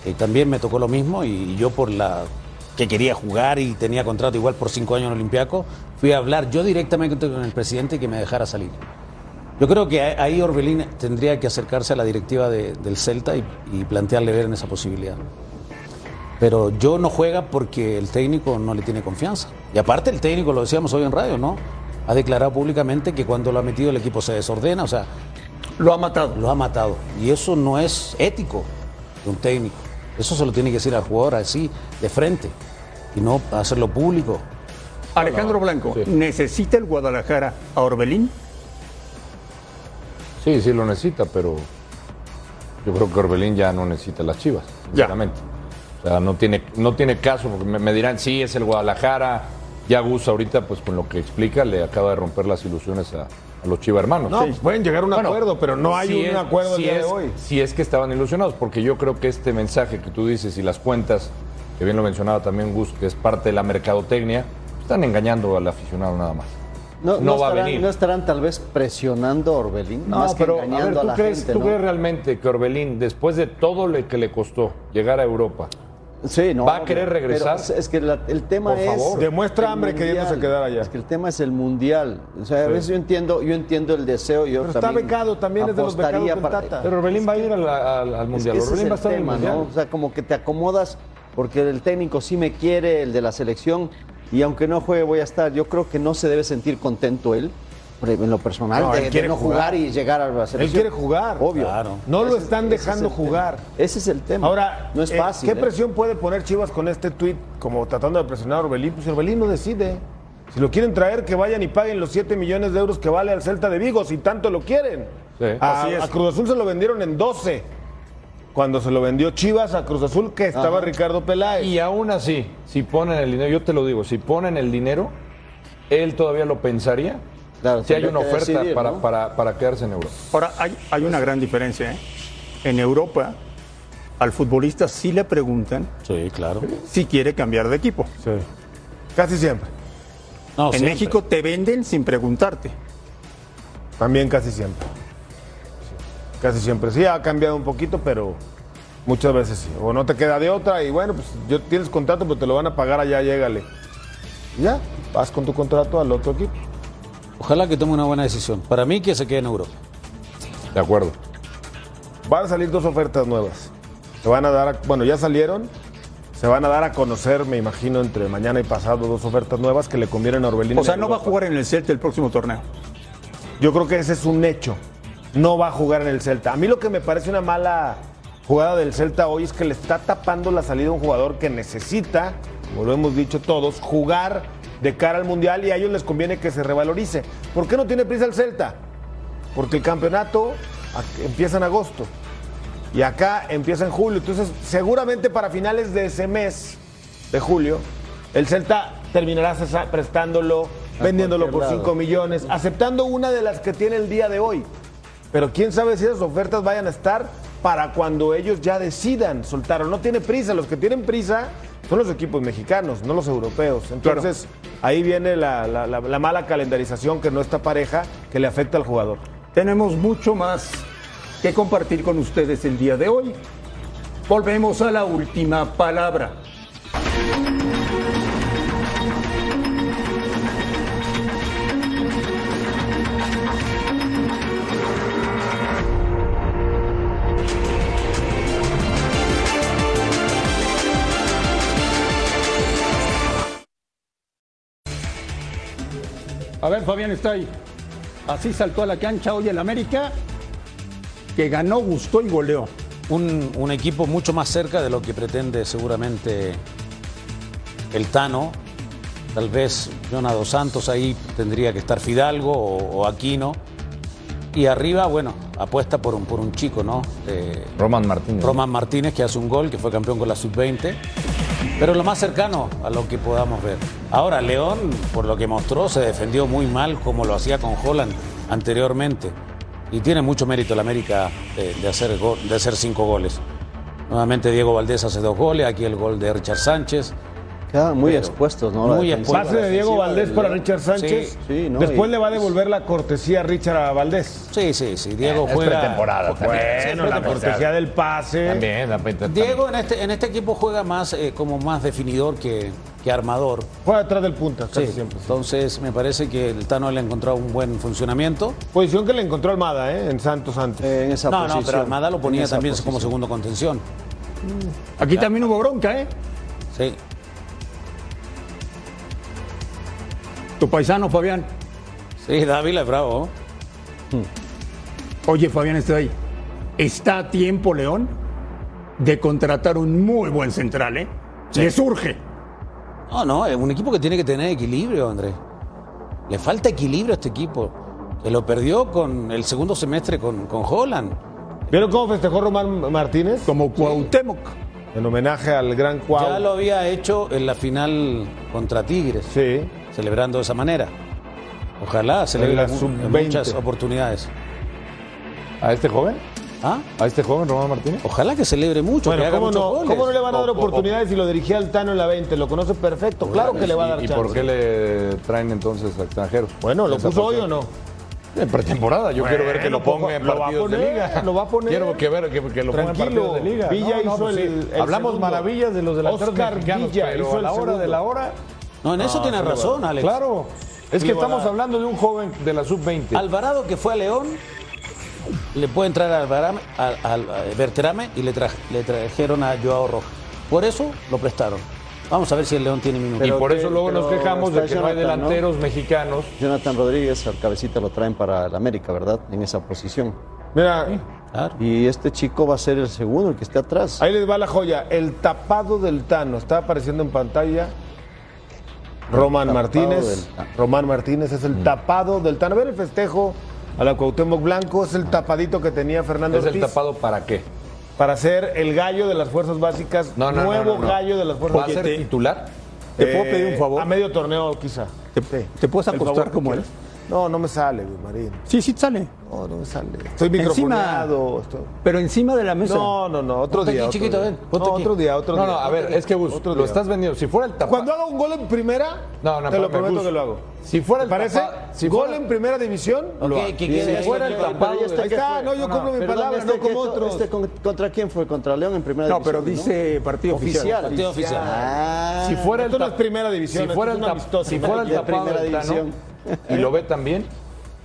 [SPEAKER 4] Y también me tocó lo mismo y yo por la que quería jugar y tenía contrato igual por cinco años en Olimpiaco, fui a hablar yo directamente con el presidente que me dejara salir. Yo creo que a- ahí Orbelín tendría que acercarse a la directiva de- del Celta y, y plantearle ver en esa posibilidad. Pero yo no juega porque el técnico no le tiene confianza. Y aparte el técnico, lo decíamos hoy en radio, ¿no? Ha declarado públicamente que cuando lo ha metido el equipo se desordena, o sea,
[SPEAKER 2] Lo ha matado.
[SPEAKER 4] lo ha matado. Y eso no es ético de un técnico. Eso se lo tiene que decir al jugador así, de frente, y no hacerlo público.
[SPEAKER 2] Alejandro Blanco, ¿necesita el Guadalajara a Orbelín?
[SPEAKER 5] Sí, sí lo necesita, pero yo creo que Orbelín ya no necesita las chivas, sinceramente. O sea, no tiene, no tiene caso, porque me, me dirán, sí, es el Guadalajara. Ya Gus ahorita, pues con lo que explica, le acaba de romper las ilusiones a, a los chivas hermanos.
[SPEAKER 6] No, pues, pueden llegar a un
[SPEAKER 5] Bueno,
[SPEAKER 6] acuerdo, pero no hay
[SPEAKER 5] si
[SPEAKER 6] un
[SPEAKER 5] es-
[SPEAKER 6] acuerdo
[SPEAKER 5] si
[SPEAKER 6] el día
[SPEAKER 5] es-
[SPEAKER 6] de hoy.
[SPEAKER 5] Si es que estaban ilusionados, porque yo creo que este mensaje que tú dices y las cuentas, que bien lo mencionaba también Gus, que es parte de la mercadotecnia, están engañando al aficionado nada más. no, va
[SPEAKER 3] estarán,
[SPEAKER 5] a venir.
[SPEAKER 3] no estarán tal vez presionando a Orbelín,
[SPEAKER 5] No,
[SPEAKER 3] más que
[SPEAKER 5] pero a
[SPEAKER 3] engañando a,
[SPEAKER 5] ver, ¿tú,
[SPEAKER 3] la
[SPEAKER 5] crees,
[SPEAKER 3] gente.
[SPEAKER 5] tú
[SPEAKER 3] ¿no?
[SPEAKER 5] crees realmente que Orbelín, después de todo lo que le costó llegar a Europa,
[SPEAKER 3] Sí, no,
[SPEAKER 5] ¿Va a querer
[SPEAKER 3] pero pues,
[SPEAKER 5] regresar?
[SPEAKER 3] es- es que la- el tema
[SPEAKER 5] Por
[SPEAKER 3] es.
[SPEAKER 5] favor.
[SPEAKER 6] Demuestra
[SPEAKER 3] el
[SPEAKER 6] hambre queriéndose quedar allá.
[SPEAKER 3] Es que el tema es el mundial. O sea, a veces yo entiendo, yo entiendo el deseo. Yo
[SPEAKER 6] Pero está
[SPEAKER 3] también
[SPEAKER 6] becado, también es de
[SPEAKER 3] Pues,
[SPEAKER 6] los becados
[SPEAKER 3] apostaría
[SPEAKER 6] con Tata.
[SPEAKER 5] pero Orbelín va a ir a la- al, al
[SPEAKER 3] Es que
[SPEAKER 5] Mundial.
[SPEAKER 3] ese
[SPEAKER 5] Orbelín va a
[SPEAKER 3] es
[SPEAKER 5] estar
[SPEAKER 3] el
[SPEAKER 5] en el
[SPEAKER 3] tema,
[SPEAKER 5] Mundial.
[SPEAKER 3] ¿no? O sea, como que te acomodas porque el técnico sí me quiere, el de la selección, y aunque no juegue voy a estar. Yo creo que no se debe sentir contento él, pre- en lo personal,
[SPEAKER 6] No,
[SPEAKER 3] de,
[SPEAKER 6] él
[SPEAKER 3] de
[SPEAKER 6] quiere
[SPEAKER 3] no jugar
[SPEAKER 6] jugar.
[SPEAKER 3] y llegar a la
[SPEAKER 6] Él
[SPEAKER 3] selección.
[SPEAKER 6] quiere jugar.
[SPEAKER 3] Obvio.
[SPEAKER 4] Claro.
[SPEAKER 6] No lo
[SPEAKER 3] Ese es-
[SPEAKER 6] están
[SPEAKER 3] ese es
[SPEAKER 6] dejando
[SPEAKER 3] el tema.
[SPEAKER 6] jugar.
[SPEAKER 3] Ese es el tema.
[SPEAKER 6] Ahora,
[SPEAKER 3] no es
[SPEAKER 6] eh,
[SPEAKER 3] fácil.
[SPEAKER 6] ¿Qué
[SPEAKER 3] ¿eh?
[SPEAKER 6] presión puede poner Chivas con este tuit como tratando de presionar a Orbelín? Pues Orbelín no decide. Si lo quieren traer, que vayan y paguen los 7 millones de euros que vale al Celta de Vigo, si tanto lo quieren.
[SPEAKER 5] Sí.
[SPEAKER 6] a,
[SPEAKER 5] Así es.
[SPEAKER 6] a Cruz Azul se lo vendieron en 12. Cuando se lo vendió Chivas a Cruz Azul, que estaba Ricardo Peláez.
[SPEAKER 5] Y aún así, si ponen el dinero, yo te lo digo, si ponen el dinero, él todavía lo pensaría.
[SPEAKER 3] Claro,
[SPEAKER 5] si hay
[SPEAKER 3] tendría
[SPEAKER 5] una
[SPEAKER 3] que
[SPEAKER 5] oferta
[SPEAKER 3] decidir,
[SPEAKER 5] para,
[SPEAKER 3] ¿no?
[SPEAKER 5] para- para quedarse en Europa.
[SPEAKER 2] Ahora, hay, hay una gran diferencia. ¿eh? En Europa, al futbolista sí le preguntan
[SPEAKER 4] Sí, claro.
[SPEAKER 2] si quiere cambiar de equipo.
[SPEAKER 6] Casi siempre.
[SPEAKER 4] No,
[SPEAKER 2] en
[SPEAKER 4] siempre.
[SPEAKER 2] México te venden sin preguntarte.
[SPEAKER 6] También casi siempre. Sí, Casi siempre. Sí, ha cambiado un poquito, pero muchas veces sí. O no te queda de otra y bueno, pues yo tienes contrato, pero te lo van a pagar allá, llégale. Y Ya, vas con tu contrato al otro equipo.
[SPEAKER 4] Ojalá que tome una buena decisión. Para mí que se quede en Europa.
[SPEAKER 5] De acuerdo.
[SPEAKER 6] Van a salir dos ofertas nuevas. Se van a dar, a- bueno, ya salieron. Se van a dar a conocer, me imagino, entre mañana y pasado, dos ofertas nuevas que le convienen a Orbelín.
[SPEAKER 2] O
[SPEAKER 6] en
[SPEAKER 2] sea, no va a
[SPEAKER 6] Europa.
[SPEAKER 2] jugar en el Celta el próximo torneo.
[SPEAKER 6] Yo creo que ese es un hecho. No va a jugar en el Celta. A mí lo que me parece una mala jugada del Celta hoy es que le está tapando la salida a un jugador que necesita, como lo hemos dicho todos, jugar de cara al Mundial y a ellos les conviene que se revalorice. ¿Por qué no tiene prisa el Celta? Porque el campeonato a- empieza en agosto y acá empieza en julio. Entonces, seguramente para finales de ese mes de julio, el Celta terminará cesa- prestándolo, vendiéndolo por
[SPEAKER 3] cualquier lado.
[SPEAKER 6] 5 millones, aceptando una de las que tiene el día de hoy. Pero quién sabe si esas ofertas vayan a estar para cuando ellos ya decidan soltarlo. No tiene prisa, los que tienen prisa son los equipos mexicanos, no los europeos. Entonces, ahí viene la, la- la- la mala calendarización que no está pareja, que le afecta al jugador.
[SPEAKER 2] Tenemos mucho más que compartir con ustedes el día de hoy. Volvemos a la última palabra.
[SPEAKER 7] A ver, Fabián está ahí.
[SPEAKER 2] Así saltó a la cancha hoy el América, que ganó, gustó y goleó.
[SPEAKER 4] un, un equipo mucho más cerca de lo que pretende seguramente el Tano. Tal vez Jonado Santos ahí tendría que estar Fidalgo o, o Aquino. Y arriba, bueno, apuesta por un, por un chico, ¿no? Eh,
[SPEAKER 5] Roman Martínez.
[SPEAKER 4] Román Martínez, que hace un gol, que fue campeón con la sub-20. Pero lo más cercano a lo que podamos ver. Ahora, León, por lo que mostró, se defendió muy mal como lo hacía con Holland anteriormente. Y tiene mucho mérito el América eh, de, hacer go- de hacer cinco goles. Nuevamente Diego Valdés hace dos goles, aquí el gol de Richard Sánchez.
[SPEAKER 3] Quedaban muy
[SPEAKER 4] Pero-
[SPEAKER 3] expuestos, ¿no? La
[SPEAKER 4] Muy
[SPEAKER 3] defensa.
[SPEAKER 4] expuestos.
[SPEAKER 6] Pase de Diego Valdés para Richard
[SPEAKER 4] Sí,
[SPEAKER 6] Sánchez.
[SPEAKER 3] sí, no,
[SPEAKER 6] Después
[SPEAKER 3] y-
[SPEAKER 6] le va a devolver la cortesía a Richard a Valdés.
[SPEAKER 4] Sí, sí, sí.
[SPEAKER 6] Eh,
[SPEAKER 4] Diego
[SPEAKER 5] es
[SPEAKER 4] juega.
[SPEAKER 5] pretemporada también. Sí, es
[SPEAKER 6] Bueno, la
[SPEAKER 5] pretemporada.
[SPEAKER 6] cortesía del pase.
[SPEAKER 5] También, la peta-
[SPEAKER 4] Diego en este, en este equipo juega más eh, como más definidor que, que armador.
[SPEAKER 6] Juega atrás del punta, casi
[SPEAKER 4] Sí,
[SPEAKER 6] siempre.
[SPEAKER 4] Entonces me parece que el Tano le ha encontrado un buen funcionamiento.
[SPEAKER 6] Posición que le encontró Almada, ¿eh? En Santos antes.
[SPEAKER 3] Eh, en esa
[SPEAKER 4] no,
[SPEAKER 3] posición.
[SPEAKER 4] no, pero Almada lo
[SPEAKER 3] En
[SPEAKER 4] ponía
[SPEAKER 3] esa
[SPEAKER 4] también
[SPEAKER 3] posición.
[SPEAKER 4] como segundo contención.
[SPEAKER 2] Aquí también hubo bronca, ¿eh?
[SPEAKER 4] Sí.
[SPEAKER 2] Tu paisano, Fabián.
[SPEAKER 4] Sí, Dávila es bravo.
[SPEAKER 2] Oye, Fabián, estoy ahí. ¿Está a tiempo, León, de contratar un muy buen central, eh? Le surge.
[SPEAKER 4] No, no, es un equipo que tiene que tener equilibrio, Andrés. Le falta equilibrio a este equipo. Que lo perdió con el segundo semestre con, con Holland.
[SPEAKER 6] ¿Vieron cómo festejó Román Martínez?
[SPEAKER 2] Como Cuauhtémoc.
[SPEAKER 6] En homenaje al gran Cuau.
[SPEAKER 4] Ya lo había hecho en la final contra Tigres,
[SPEAKER 6] Sí.
[SPEAKER 4] celebrando de esa manera. Ojalá se le
[SPEAKER 6] En la
[SPEAKER 4] den
[SPEAKER 6] sub-20.
[SPEAKER 4] muchas oportunidades.
[SPEAKER 5] ¿A este joven?
[SPEAKER 4] ¿Ah?
[SPEAKER 5] ¿A este joven, Román Martínez?
[SPEAKER 4] Ojalá que se libre mucho, que
[SPEAKER 6] Bueno,
[SPEAKER 4] haga
[SPEAKER 6] ¿cómo
[SPEAKER 4] muchos
[SPEAKER 6] no,
[SPEAKER 4] goles.
[SPEAKER 6] cómo no le van a dar
[SPEAKER 5] O- o-
[SPEAKER 6] oportunidades si lo dirigía al Tano en la 20? Lo conoce perfecto, claro que le va a dar
[SPEAKER 5] ¿Y, y
[SPEAKER 6] chance.
[SPEAKER 5] por qué le traen entonces a extranjeros?
[SPEAKER 6] Bueno, ¿lo
[SPEAKER 5] Esa
[SPEAKER 6] puso hoy
[SPEAKER 5] posición.
[SPEAKER 6] o no?
[SPEAKER 5] En pretemporada, yo quiero ver que lo
[SPEAKER 6] poco-
[SPEAKER 5] ponga en
[SPEAKER 6] lo va a
[SPEAKER 5] partidos de
[SPEAKER 6] poner,
[SPEAKER 5] liga.
[SPEAKER 6] lo va a poner.
[SPEAKER 5] Quiero que ver que, que lo ponga en
[SPEAKER 6] Tranquilo,
[SPEAKER 5] partidos de liga.
[SPEAKER 6] Villa hizo
[SPEAKER 5] pues
[SPEAKER 6] el-
[SPEAKER 5] sí.
[SPEAKER 6] el
[SPEAKER 5] Hablamos
[SPEAKER 6] segundo.
[SPEAKER 5] maravillas de los delanteros
[SPEAKER 6] Oscar
[SPEAKER 5] mexicanos,
[SPEAKER 6] Villa
[SPEAKER 5] pero
[SPEAKER 6] hizo
[SPEAKER 5] a la
[SPEAKER 6] el
[SPEAKER 5] hora de
[SPEAKER 6] segundo.
[SPEAKER 5] la hora,
[SPEAKER 4] No, en
[SPEAKER 6] Ah,
[SPEAKER 4] eso tiene
[SPEAKER 5] pero-
[SPEAKER 4] razón, Alex.
[SPEAKER 5] claro. Es
[SPEAKER 6] Sí
[SPEAKER 5] que
[SPEAKER 6] lo va a
[SPEAKER 5] estamos
[SPEAKER 6] dar.
[SPEAKER 5] hablando de un joven de la sub-20.
[SPEAKER 4] Alvarado que fue a León, le puede entrar a, Alvarame- a- a- a Berterame y le, tra- le trajeron a Joao Rojas. Por eso lo prestaron. Vamos a ver si el León tiene minutos.
[SPEAKER 5] y por
[SPEAKER 6] que-
[SPEAKER 5] eso luego
[SPEAKER 6] pero
[SPEAKER 5] nos quejamos de que
[SPEAKER 3] está
[SPEAKER 5] no hay
[SPEAKER 3] Jonathan, ¿no?
[SPEAKER 5] delanteros mexicanos.
[SPEAKER 3] Jonathan Rodríguez al cabecita lo traen para el América, ¿verdad? En esa posición.
[SPEAKER 6] Mira,
[SPEAKER 4] Claro.
[SPEAKER 3] Y este chico va a ser el segundo, el que esté atrás.
[SPEAKER 6] ahí les va la joya. El tapado del Tano está apareciendo en pantalla. Román
[SPEAKER 3] tapado
[SPEAKER 6] Martínez.
[SPEAKER 3] del Tano. Mm.
[SPEAKER 6] Román Martínez es el tapado del Tano. Ver el festejo a la Cuauhtémoc Blanco. Es el tapadito que tenía Fernando
[SPEAKER 5] ¿Es el
[SPEAKER 6] Ortiz
[SPEAKER 5] tapado para qué?
[SPEAKER 6] para ser el gallo de las fuerzas básicas.
[SPEAKER 5] No, no, no,
[SPEAKER 6] nuevo
[SPEAKER 5] no, no.
[SPEAKER 6] gallo de las fuerzas Eh,
[SPEAKER 5] ¿Va a ser titular?
[SPEAKER 2] ¿Te puedo pedir un favor?
[SPEAKER 6] A medio torneo, quizá.
[SPEAKER 2] ¿Te,
[SPEAKER 6] Sí.
[SPEAKER 2] te puedes
[SPEAKER 6] El favor
[SPEAKER 2] acostar
[SPEAKER 6] que
[SPEAKER 2] como él?
[SPEAKER 6] quieras. No, no me sale, güey, Marín.
[SPEAKER 2] Sí, sí, sale.
[SPEAKER 6] No, no me sale. Estoy
[SPEAKER 2] Encima-
[SPEAKER 6] microfoneado. estoy-
[SPEAKER 2] Pero encima de la mesa.
[SPEAKER 6] No, no, no. Otro
[SPEAKER 4] Ponte
[SPEAKER 6] día.
[SPEAKER 4] aquí,
[SPEAKER 6] otro
[SPEAKER 4] chiquito,
[SPEAKER 6] día.
[SPEAKER 4] ven, ponte
[SPEAKER 6] No,
[SPEAKER 4] aquí.
[SPEAKER 6] otro día, otro
[SPEAKER 5] No,
[SPEAKER 6] día.
[SPEAKER 5] no, a
[SPEAKER 6] otro
[SPEAKER 5] ver,
[SPEAKER 6] día,
[SPEAKER 5] es que Gus,
[SPEAKER 6] otro
[SPEAKER 5] lo
[SPEAKER 6] día.
[SPEAKER 5] estás vendiendo. Si fuera el tapado.
[SPEAKER 6] Cuando haga un gol en primera,
[SPEAKER 5] No, no,
[SPEAKER 6] te lo
[SPEAKER 5] espérame,
[SPEAKER 6] prometo
[SPEAKER 5] Gus.
[SPEAKER 6] que lo hago.
[SPEAKER 5] Si fuera el
[SPEAKER 6] ¿Te parece?
[SPEAKER 5] tapado- si
[SPEAKER 6] gol
[SPEAKER 5] fuera-
[SPEAKER 6] en primera división, lo hago.
[SPEAKER 4] Ok, que quede ahí.
[SPEAKER 5] fuera el
[SPEAKER 3] Pero
[SPEAKER 5] tapado
[SPEAKER 3] ya
[SPEAKER 5] del-
[SPEAKER 6] Ahí
[SPEAKER 3] ¿qué
[SPEAKER 6] está,
[SPEAKER 3] fue?
[SPEAKER 6] no, yo cumplo mi
[SPEAKER 3] Perdón,
[SPEAKER 6] palabra,
[SPEAKER 3] este
[SPEAKER 6] no
[SPEAKER 3] que
[SPEAKER 6] como
[SPEAKER 3] to-
[SPEAKER 6] otros.
[SPEAKER 3] este con- ¿Contra quién fue? ¿Contra León en primera
[SPEAKER 2] No, pero
[SPEAKER 3] división?
[SPEAKER 2] dice partido
[SPEAKER 3] Oficial.
[SPEAKER 2] oficial.
[SPEAKER 4] Partido oficial.
[SPEAKER 3] Ah.
[SPEAKER 5] Si fuera el
[SPEAKER 6] Esto no es
[SPEAKER 5] tap-
[SPEAKER 6] primera división,
[SPEAKER 5] si
[SPEAKER 6] esto
[SPEAKER 5] fuera
[SPEAKER 6] es
[SPEAKER 5] el,
[SPEAKER 6] un
[SPEAKER 5] tap-
[SPEAKER 6] amistoso.
[SPEAKER 5] si fuera el
[SPEAKER 3] De
[SPEAKER 5] tapado
[SPEAKER 3] primera
[SPEAKER 5] del Tano,
[SPEAKER 3] división.
[SPEAKER 5] y lo ve también,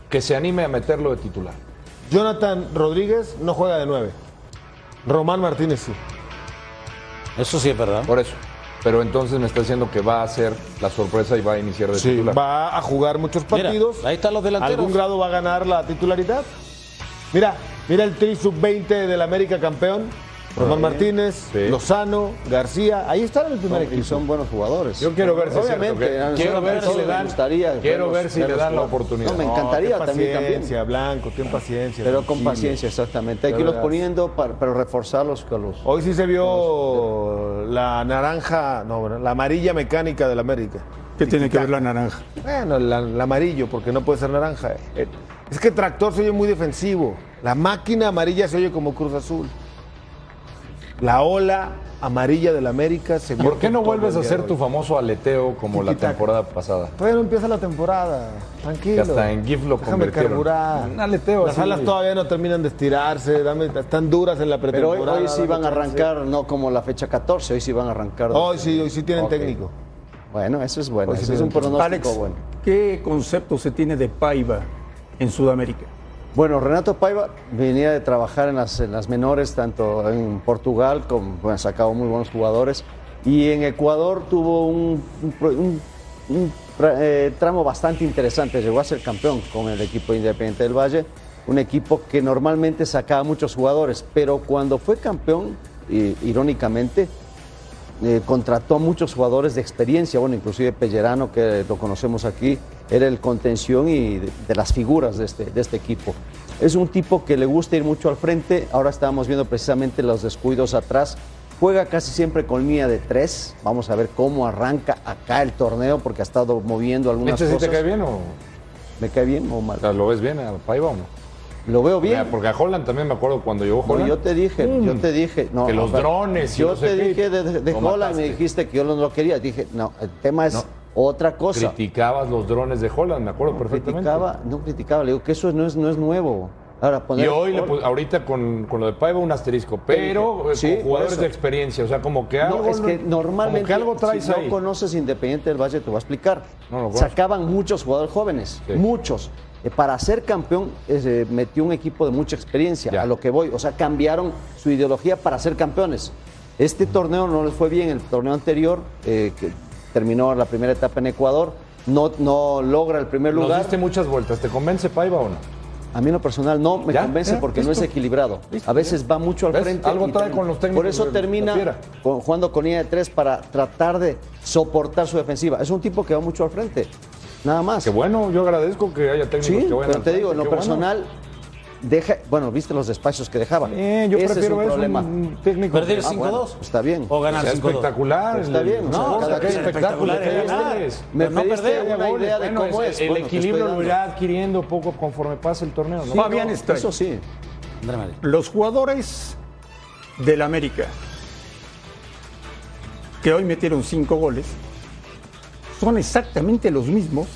[SPEAKER 5] que se anime a meterlo de titular.
[SPEAKER 6] Jonathan Rodríguez no juega de nueve. Román Martínez sí.
[SPEAKER 4] Eso sí es verdad.
[SPEAKER 5] Por eso. Pero entonces me está diciendo que va a ser la sorpresa y va a iniciar de titular.
[SPEAKER 6] Va a jugar muchos
[SPEAKER 4] Mira,
[SPEAKER 6] partidos.
[SPEAKER 4] ahí están los delanteros.
[SPEAKER 6] ¿Algún grado va a ganar la titularidad? Mira, mira el tri sub-20 del América campeón. Román Martínez,
[SPEAKER 5] Sí.
[SPEAKER 6] Lozano, García. Ahí están en el primer
[SPEAKER 3] Y
[SPEAKER 6] equipo.
[SPEAKER 3] son buenos jugadores.
[SPEAKER 5] Yo quiero ver si es cierto,
[SPEAKER 3] Obviamente,
[SPEAKER 5] que-
[SPEAKER 3] a nosotros
[SPEAKER 5] quiero ver
[SPEAKER 3] a
[SPEAKER 5] si
[SPEAKER 3] todos
[SPEAKER 5] le
[SPEAKER 3] nos
[SPEAKER 5] dan-
[SPEAKER 3] gustaría
[SPEAKER 5] quiero
[SPEAKER 3] verlos-
[SPEAKER 5] ver si le
[SPEAKER 3] verlos
[SPEAKER 5] dan la
[SPEAKER 3] jugar.
[SPEAKER 5] oportunidad.
[SPEAKER 3] No, me
[SPEAKER 5] No,
[SPEAKER 3] encantaría
[SPEAKER 6] Ten
[SPEAKER 3] también, también.
[SPEAKER 6] paciencia, Blanco, ten paciencia.
[SPEAKER 3] Pero con
[SPEAKER 6] tranquilo.
[SPEAKER 3] paciencia, exactamente. Hay que irlos
[SPEAKER 6] verdad.
[SPEAKER 3] poniendo para, para reforzarlos con los.
[SPEAKER 6] Hoy sí se vio la naranja, no, bueno, la amarilla mecánica del América.
[SPEAKER 2] ¿Qué tiene que ver la naranja?
[SPEAKER 6] Bueno, la- el amarillo, porque no puede ser naranja. Eh, Es que tractor se oye muy defensivo. La máquina amarilla se oye como Cruz Azul. La ola amarilla del América se vio
[SPEAKER 5] ¿Por qué
[SPEAKER 6] con
[SPEAKER 5] no
[SPEAKER 6] todo
[SPEAKER 5] vuelves
[SPEAKER 6] el
[SPEAKER 5] a
[SPEAKER 6] día
[SPEAKER 5] hacer
[SPEAKER 6] de
[SPEAKER 5] tu
[SPEAKER 6] hoy.
[SPEAKER 5] famoso aleteo como la
[SPEAKER 6] Tiki-taka.
[SPEAKER 5] temporada pasada?
[SPEAKER 6] Todavía no empieza la temporada. Tranquilo.
[SPEAKER 5] Que hasta en GIF lo
[SPEAKER 6] Déjame
[SPEAKER 5] convirtieron.
[SPEAKER 6] carburar.
[SPEAKER 5] Un aleteo
[SPEAKER 6] Las
[SPEAKER 5] así.
[SPEAKER 6] alas todavía no terminan de estirarse. dame- están duras en la
[SPEAKER 3] Pero hoy,
[SPEAKER 6] pretemporada.
[SPEAKER 3] hoy sí
[SPEAKER 6] dame
[SPEAKER 3] van a
[SPEAKER 6] chance.
[SPEAKER 3] arrancar, no como la fecha 14, hoy sí van a arrancar.
[SPEAKER 6] Hoy sí, hoy sí tienen
[SPEAKER 3] Ok.
[SPEAKER 6] técnico.
[SPEAKER 3] Bueno, eso es bueno.
[SPEAKER 6] Hoy sí
[SPEAKER 3] eso es
[SPEAKER 6] tienen
[SPEAKER 3] un pronóstico
[SPEAKER 2] Alex,
[SPEAKER 3] bueno.
[SPEAKER 2] ¿qué concepto se tiene de Paiva en Sudamérica?
[SPEAKER 3] Bueno, Renato Paiva venía de trabajar en las, en las menores, tanto en Portugal, con, bueno, sacaba muy buenos jugadores, y en Ecuador tuvo un, un pro- un- un tra- eh, tramo bastante interesante, llegó a ser campeón con el equipo Independiente del Valle, un equipo que normalmente sacaba muchos jugadores, pero cuando fue campeón, i- irónicamente, eh, contrató a muchos jugadores de experiencia, bueno, inclusive Pellerano, que lo conocemos aquí, era el contención y de, de las figuras de este, de este equipo. Es un tipo que le gusta ir mucho al frente, ahora estábamos viendo precisamente los descuidos atrás, juega casi siempre con línea de tres, vamos a ver cómo arranca acá el torneo, porque ha estado moviendo algunas
[SPEAKER 5] ¿Este sí
[SPEAKER 3] cosas.
[SPEAKER 5] te cae bien o,
[SPEAKER 3] ¿Me cae bien o mal?
[SPEAKER 5] o sea, lo ves bien a Paiva o no?
[SPEAKER 3] Lo veo bien.
[SPEAKER 5] Mira, Porque a Holland también me acuerdo cuando llegó
[SPEAKER 3] No,
[SPEAKER 5] Holland. Mm.
[SPEAKER 3] yo te dije, yo te dije. No,
[SPEAKER 5] que los
[SPEAKER 3] o sea,
[SPEAKER 5] drones y
[SPEAKER 3] Yo
[SPEAKER 5] no sé
[SPEAKER 3] te
[SPEAKER 5] qué,
[SPEAKER 3] dije de, de- de
[SPEAKER 5] lo
[SPEAKER 3] Holland,
[SPEAKER 5] mataste.
[SPEAKER 3] me dijiste que yo no lo quería. Dije, no, el tema es
[SPEAKER 5] No.
[SPEAKER 3] otra cosa.
[SPEAKER 5] Criticabas los drones de Holland, me acuerdo perfectamente.
[SPEAKER 3] criticaba, no criticaba, le digo que eso no es, no es nuevo. Ahora,
[SPEAKER 5] Y
[SPEAKER 3] poner
[SPEAKER 5] hoy, le
[SPEAKER 3] Hol-
[SPEAKER 5] pus- ahorita con, con lo de Paiva, un asterisco, pero eh,
[SPEAKER 3] Sí,
[SPEAKER 5] con
[SPEAKER 3] por
[SPEAKER 5] jugadores
[SPEAKER 3] eso.
[SPEAKER 5] de experiencia, o sea, como que algo.
[SPEAKER 3] No, es que normalmente
[SPEAKER 5] Como que algo traes
[SPEAKER 3] si no
[SPEAKER 5] ahí.
[SPEAKER 3] conoces Independiente del Valle, te voy a explicar.
[SPEAKER 5] No, no, conozco.
[SPEAKER 3] Sacaban muchos jugadores jóvenes,
[SPEAKER 5] Sí.
[SPEAKER 3] muchos. Eh, para ser campeón eh, se metió un equipo de mucha experiencia,
[SPEAKER 5] Ya.
[SPEAKER 3] a lo que voy. O sea, cambiaron su ideología para ser campeones. Este torneo no les fue bien, el torneo anterior, eh, que terminó la primera etapa en Ecuador, no, no logra el primer
[SPEAKER 5] Nos
[SPEAKER 3] lugar.
[SPEAKER 5] diste muchas vueltas. ¿Te convence Paiva o no?
[SPEAKER 3] A mí en lo personal no me
[SPEAKER 5] ¿Ya?
[SPEAKER 3] convence
[SPEAKER 5] ¿Ya?
[SPEAKER 3] porque no
[SPEAKER 5] ¿Listo?
[SPEAKER 3] es equilibrado. a veces va mucho al
[SPEAKER 5] ¿Ves?
[SPEAKER 3] frente.
[SPEAKER 5] Algo
[SPEAKER 3] y
[SPEAKER 5] trae
[SPEAKER 3] termina-
[SPEAKER 5] con los técnicos
[SPEAKER 3] Por eso
[SPEAKER 5] de la
[SPEAKER 3] termina
[SPEAKER 5] fiera.
[SPEAKER 3] con- jugando con línea de tres para tratar de soportar su defensiva. Es un tipo que va mucho al frente. Nada más.
[SPEAKER 5] Que bueno, yo agradezco que haya técnicos
[SPEAKER 3] Sí,
[SPEAKER 5] que vayan
[SPEAKER 3] pero
[SPEAKER 5] al
[SPEAKER 3] te
[SPEAKER 5] frente,
[SPEAKER 3] digo, en lo
[SPEAKER 5] qué bueno.
[SPEAKER 3] personal, deja. Bueno, viste los despachos que dejaba.
[SPEAKER 5] Eh, yo
[SPEAKER 3] Ese es
[SPEAKER 5] prefiero
[SPEAKER 3] un
[SPEAKER 5] eso,
[SPEAKER 3] problema.
[SPEAKER 5] un técnico.
[SPEAKER 4] Perder
[SPEAKER 5] que-
[SPEAKER 3] Ah,
[SPEAKER 4] 5-2.
[SPEAKER 3] bueno, está bien.
[SPEAKER 4] O
[SPEAKER 5] Ah,
[SPEAKER 4] ganar
[SPEAKER 5] está
[SPEAKER 4] 5-2.
[SPEAKER 5] espectacular.
[SPEAKER 3] Está bien, o sea,
[SPEAKER 5] No,
[SPEAKER 3] cada
[SPEAKER 5] está
[SPEAKER 3] quien- Este,
[SPEAKER 5] espectacular.
[SPEAKER 4] espectacular es ganar.
[SPEAKER 5] es-
[SPEAKER 3] Me
[SPEAKER 4] Pero no
[SPEAKER 3] pediste
[SPEAKER 4] perder,
[SPEAKER 3] una
[SPEAKER 4] goles.
[SPEAKER 3] idea de
[SPEAKER 5] Bueno,
[SPEAKER 3] cómo
[SPEAKER 5] es-
[SPEAKER 3] es.
[SPEAKER 5] el
[SPEAKER 3] Bueno, te estoy
[SPEAKER 5] equilibrio lo
[SPEAKER 3] dando.
[SPEAKER 5] irá adquiriendo poco conforme pase el torneo. ¿no?
[SPEAKER 3] Sí, no, Eso sí.
[SPEAKER 4] André Marín.
[SPEAKER 3] los jugadores del América, que hoy metieron cinco goles, son exactamente los mismos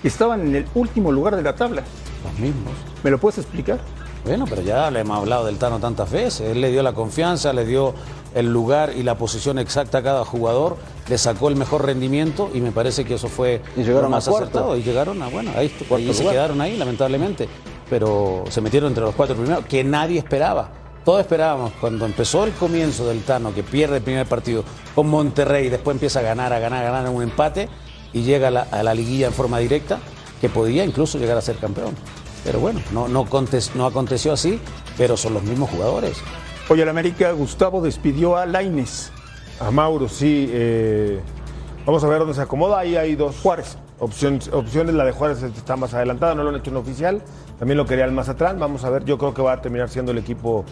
[SPEAKER 3] que estaban en el último lugar de la tabla.
[SPEAKER 4] Los mismos.
[SPEAKER 3] ¿Me lo puedes explicar?
[SPEAKER 4] Bueno, pero ya le hemos hablado del Tano tantas veces. Él le dio la confianza, le dio el lugar y la posición exacta a cada jugador, le sacó el mejor rendimiento y me parece que eso fue
[SPEAKER 9] Y llegaron
[SPEAKER 4] lo más
[SPEAKER 9] a cuarto.
[SPEAKER 4] acertado. Y llegaron a, bueno, ahí,
[SPEAKER 9] Cuarto
[SPEAKER 4] ahí se
[SPEAKER 9] lugar.
[SPEAKER 4] quedaron ahí, lamentablemente. Pero se metieron entre los cuatro primeros, que nadie esperaba. Todos esperábamos, cuando empezó el comienzo del Tano, que pierde el primer partido con Monterrey, después empieza a ganar, a ganar, a ganar en un empate y llega a la, a la liguilla en forma directa, que podía incluso llegar a ser campeón. Pero bueno, no, no, contes- no aconteció así, pero son los mismos jugadores.
[SPEAKER 3] Hoy el América, Gustavo despidió a Laines.
[SPEAKER 6] A Mauro, sí. eh, vamos a ver dónde se acomoda. Ahí hay dos
[SPEAKER 3] Juárez.
[SPEAKER 6] opciones. opciones. La de Juárez está más adelantada, no lo han hecho en oficial. También lo quería el Mazatlán. Vamos a ver, yo creo que va a terminar siendo el equipo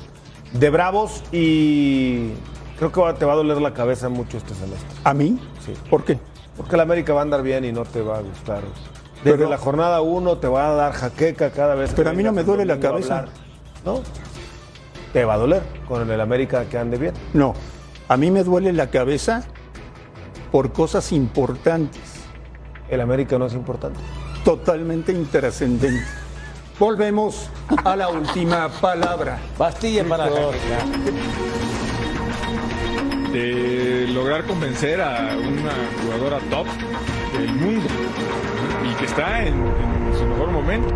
[SPEAKER 6] de Bravos y creo que va- te va a doler la cabeza mucho este semestre.
[SPEAKER 3] ¿A mí?
[SPEAKER 6] Sí.
[SPEAKER 3] ¿Por qué?
[SPEAKER 6] Porque el América va a andar bien y no te va a gustar. Desde
[SPEAKER 3] Pero-
[SPEAKER 6] la jornada uno te va a dar jaqueca cada vez. que
[SPEAKER 3] Pero a mí no
[SPEAKER 6] vengas
[SPEAKER 3] me
[SPEAKER 6] el
[SPEAKER 3] duele la
[SPEAKER 6] domingo a
[SPEAKER 3] cabeza.
[SPEAKER 6] hablar. ¿No? Te va a doler con el América que ande bien.
[SPEAKER 3] No, a mí me duele la cabeza por cosas importantes,
[SPEAKER 6] El América no es importante.
[SPEAKER 3] totalmente intrascendentes. Volvemos a la última palabra.
[SPEAKER 4] Bastilla para la América.
[SPEAKER 2] de lograr convencer a una jugadora top del mundo y que está en, en su mejor momento.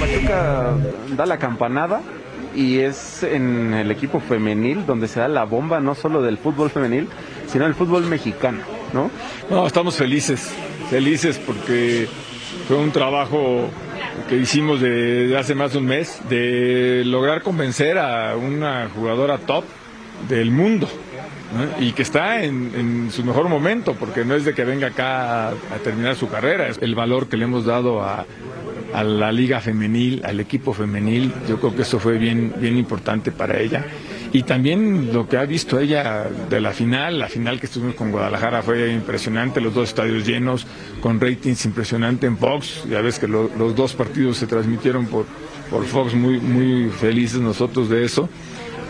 [SPEAKER 10] Pachuca da la campanada y es en el equipo femenil donde se da la bomba no solo del fútbol femenil, sino del fútbol mexicano, ¿no?
[SPEAKER 2] No, estamos felices, felices porque fue un trabajo que hicimos de, de hace más de un mes, de lograr convencer a una jugadora top del mundo ¿no? y que está en, en su mejor momento, porque no es de que venga acá a, a terminar su carrera, es el valor que le hemos dado a, a la liga femenil, al equipo femenil, yo creo que eso fue bien, bien importante para ella. Y también lo que ha visto ella de la final, la final que estuvimos con Guadalajara fue impresionante, los dos estadios llenos, con ratings impresionante en Fox, ya ves que lo- los dos partidos se transmitieron por, por Fox, muy, muy felices nosotros de eso.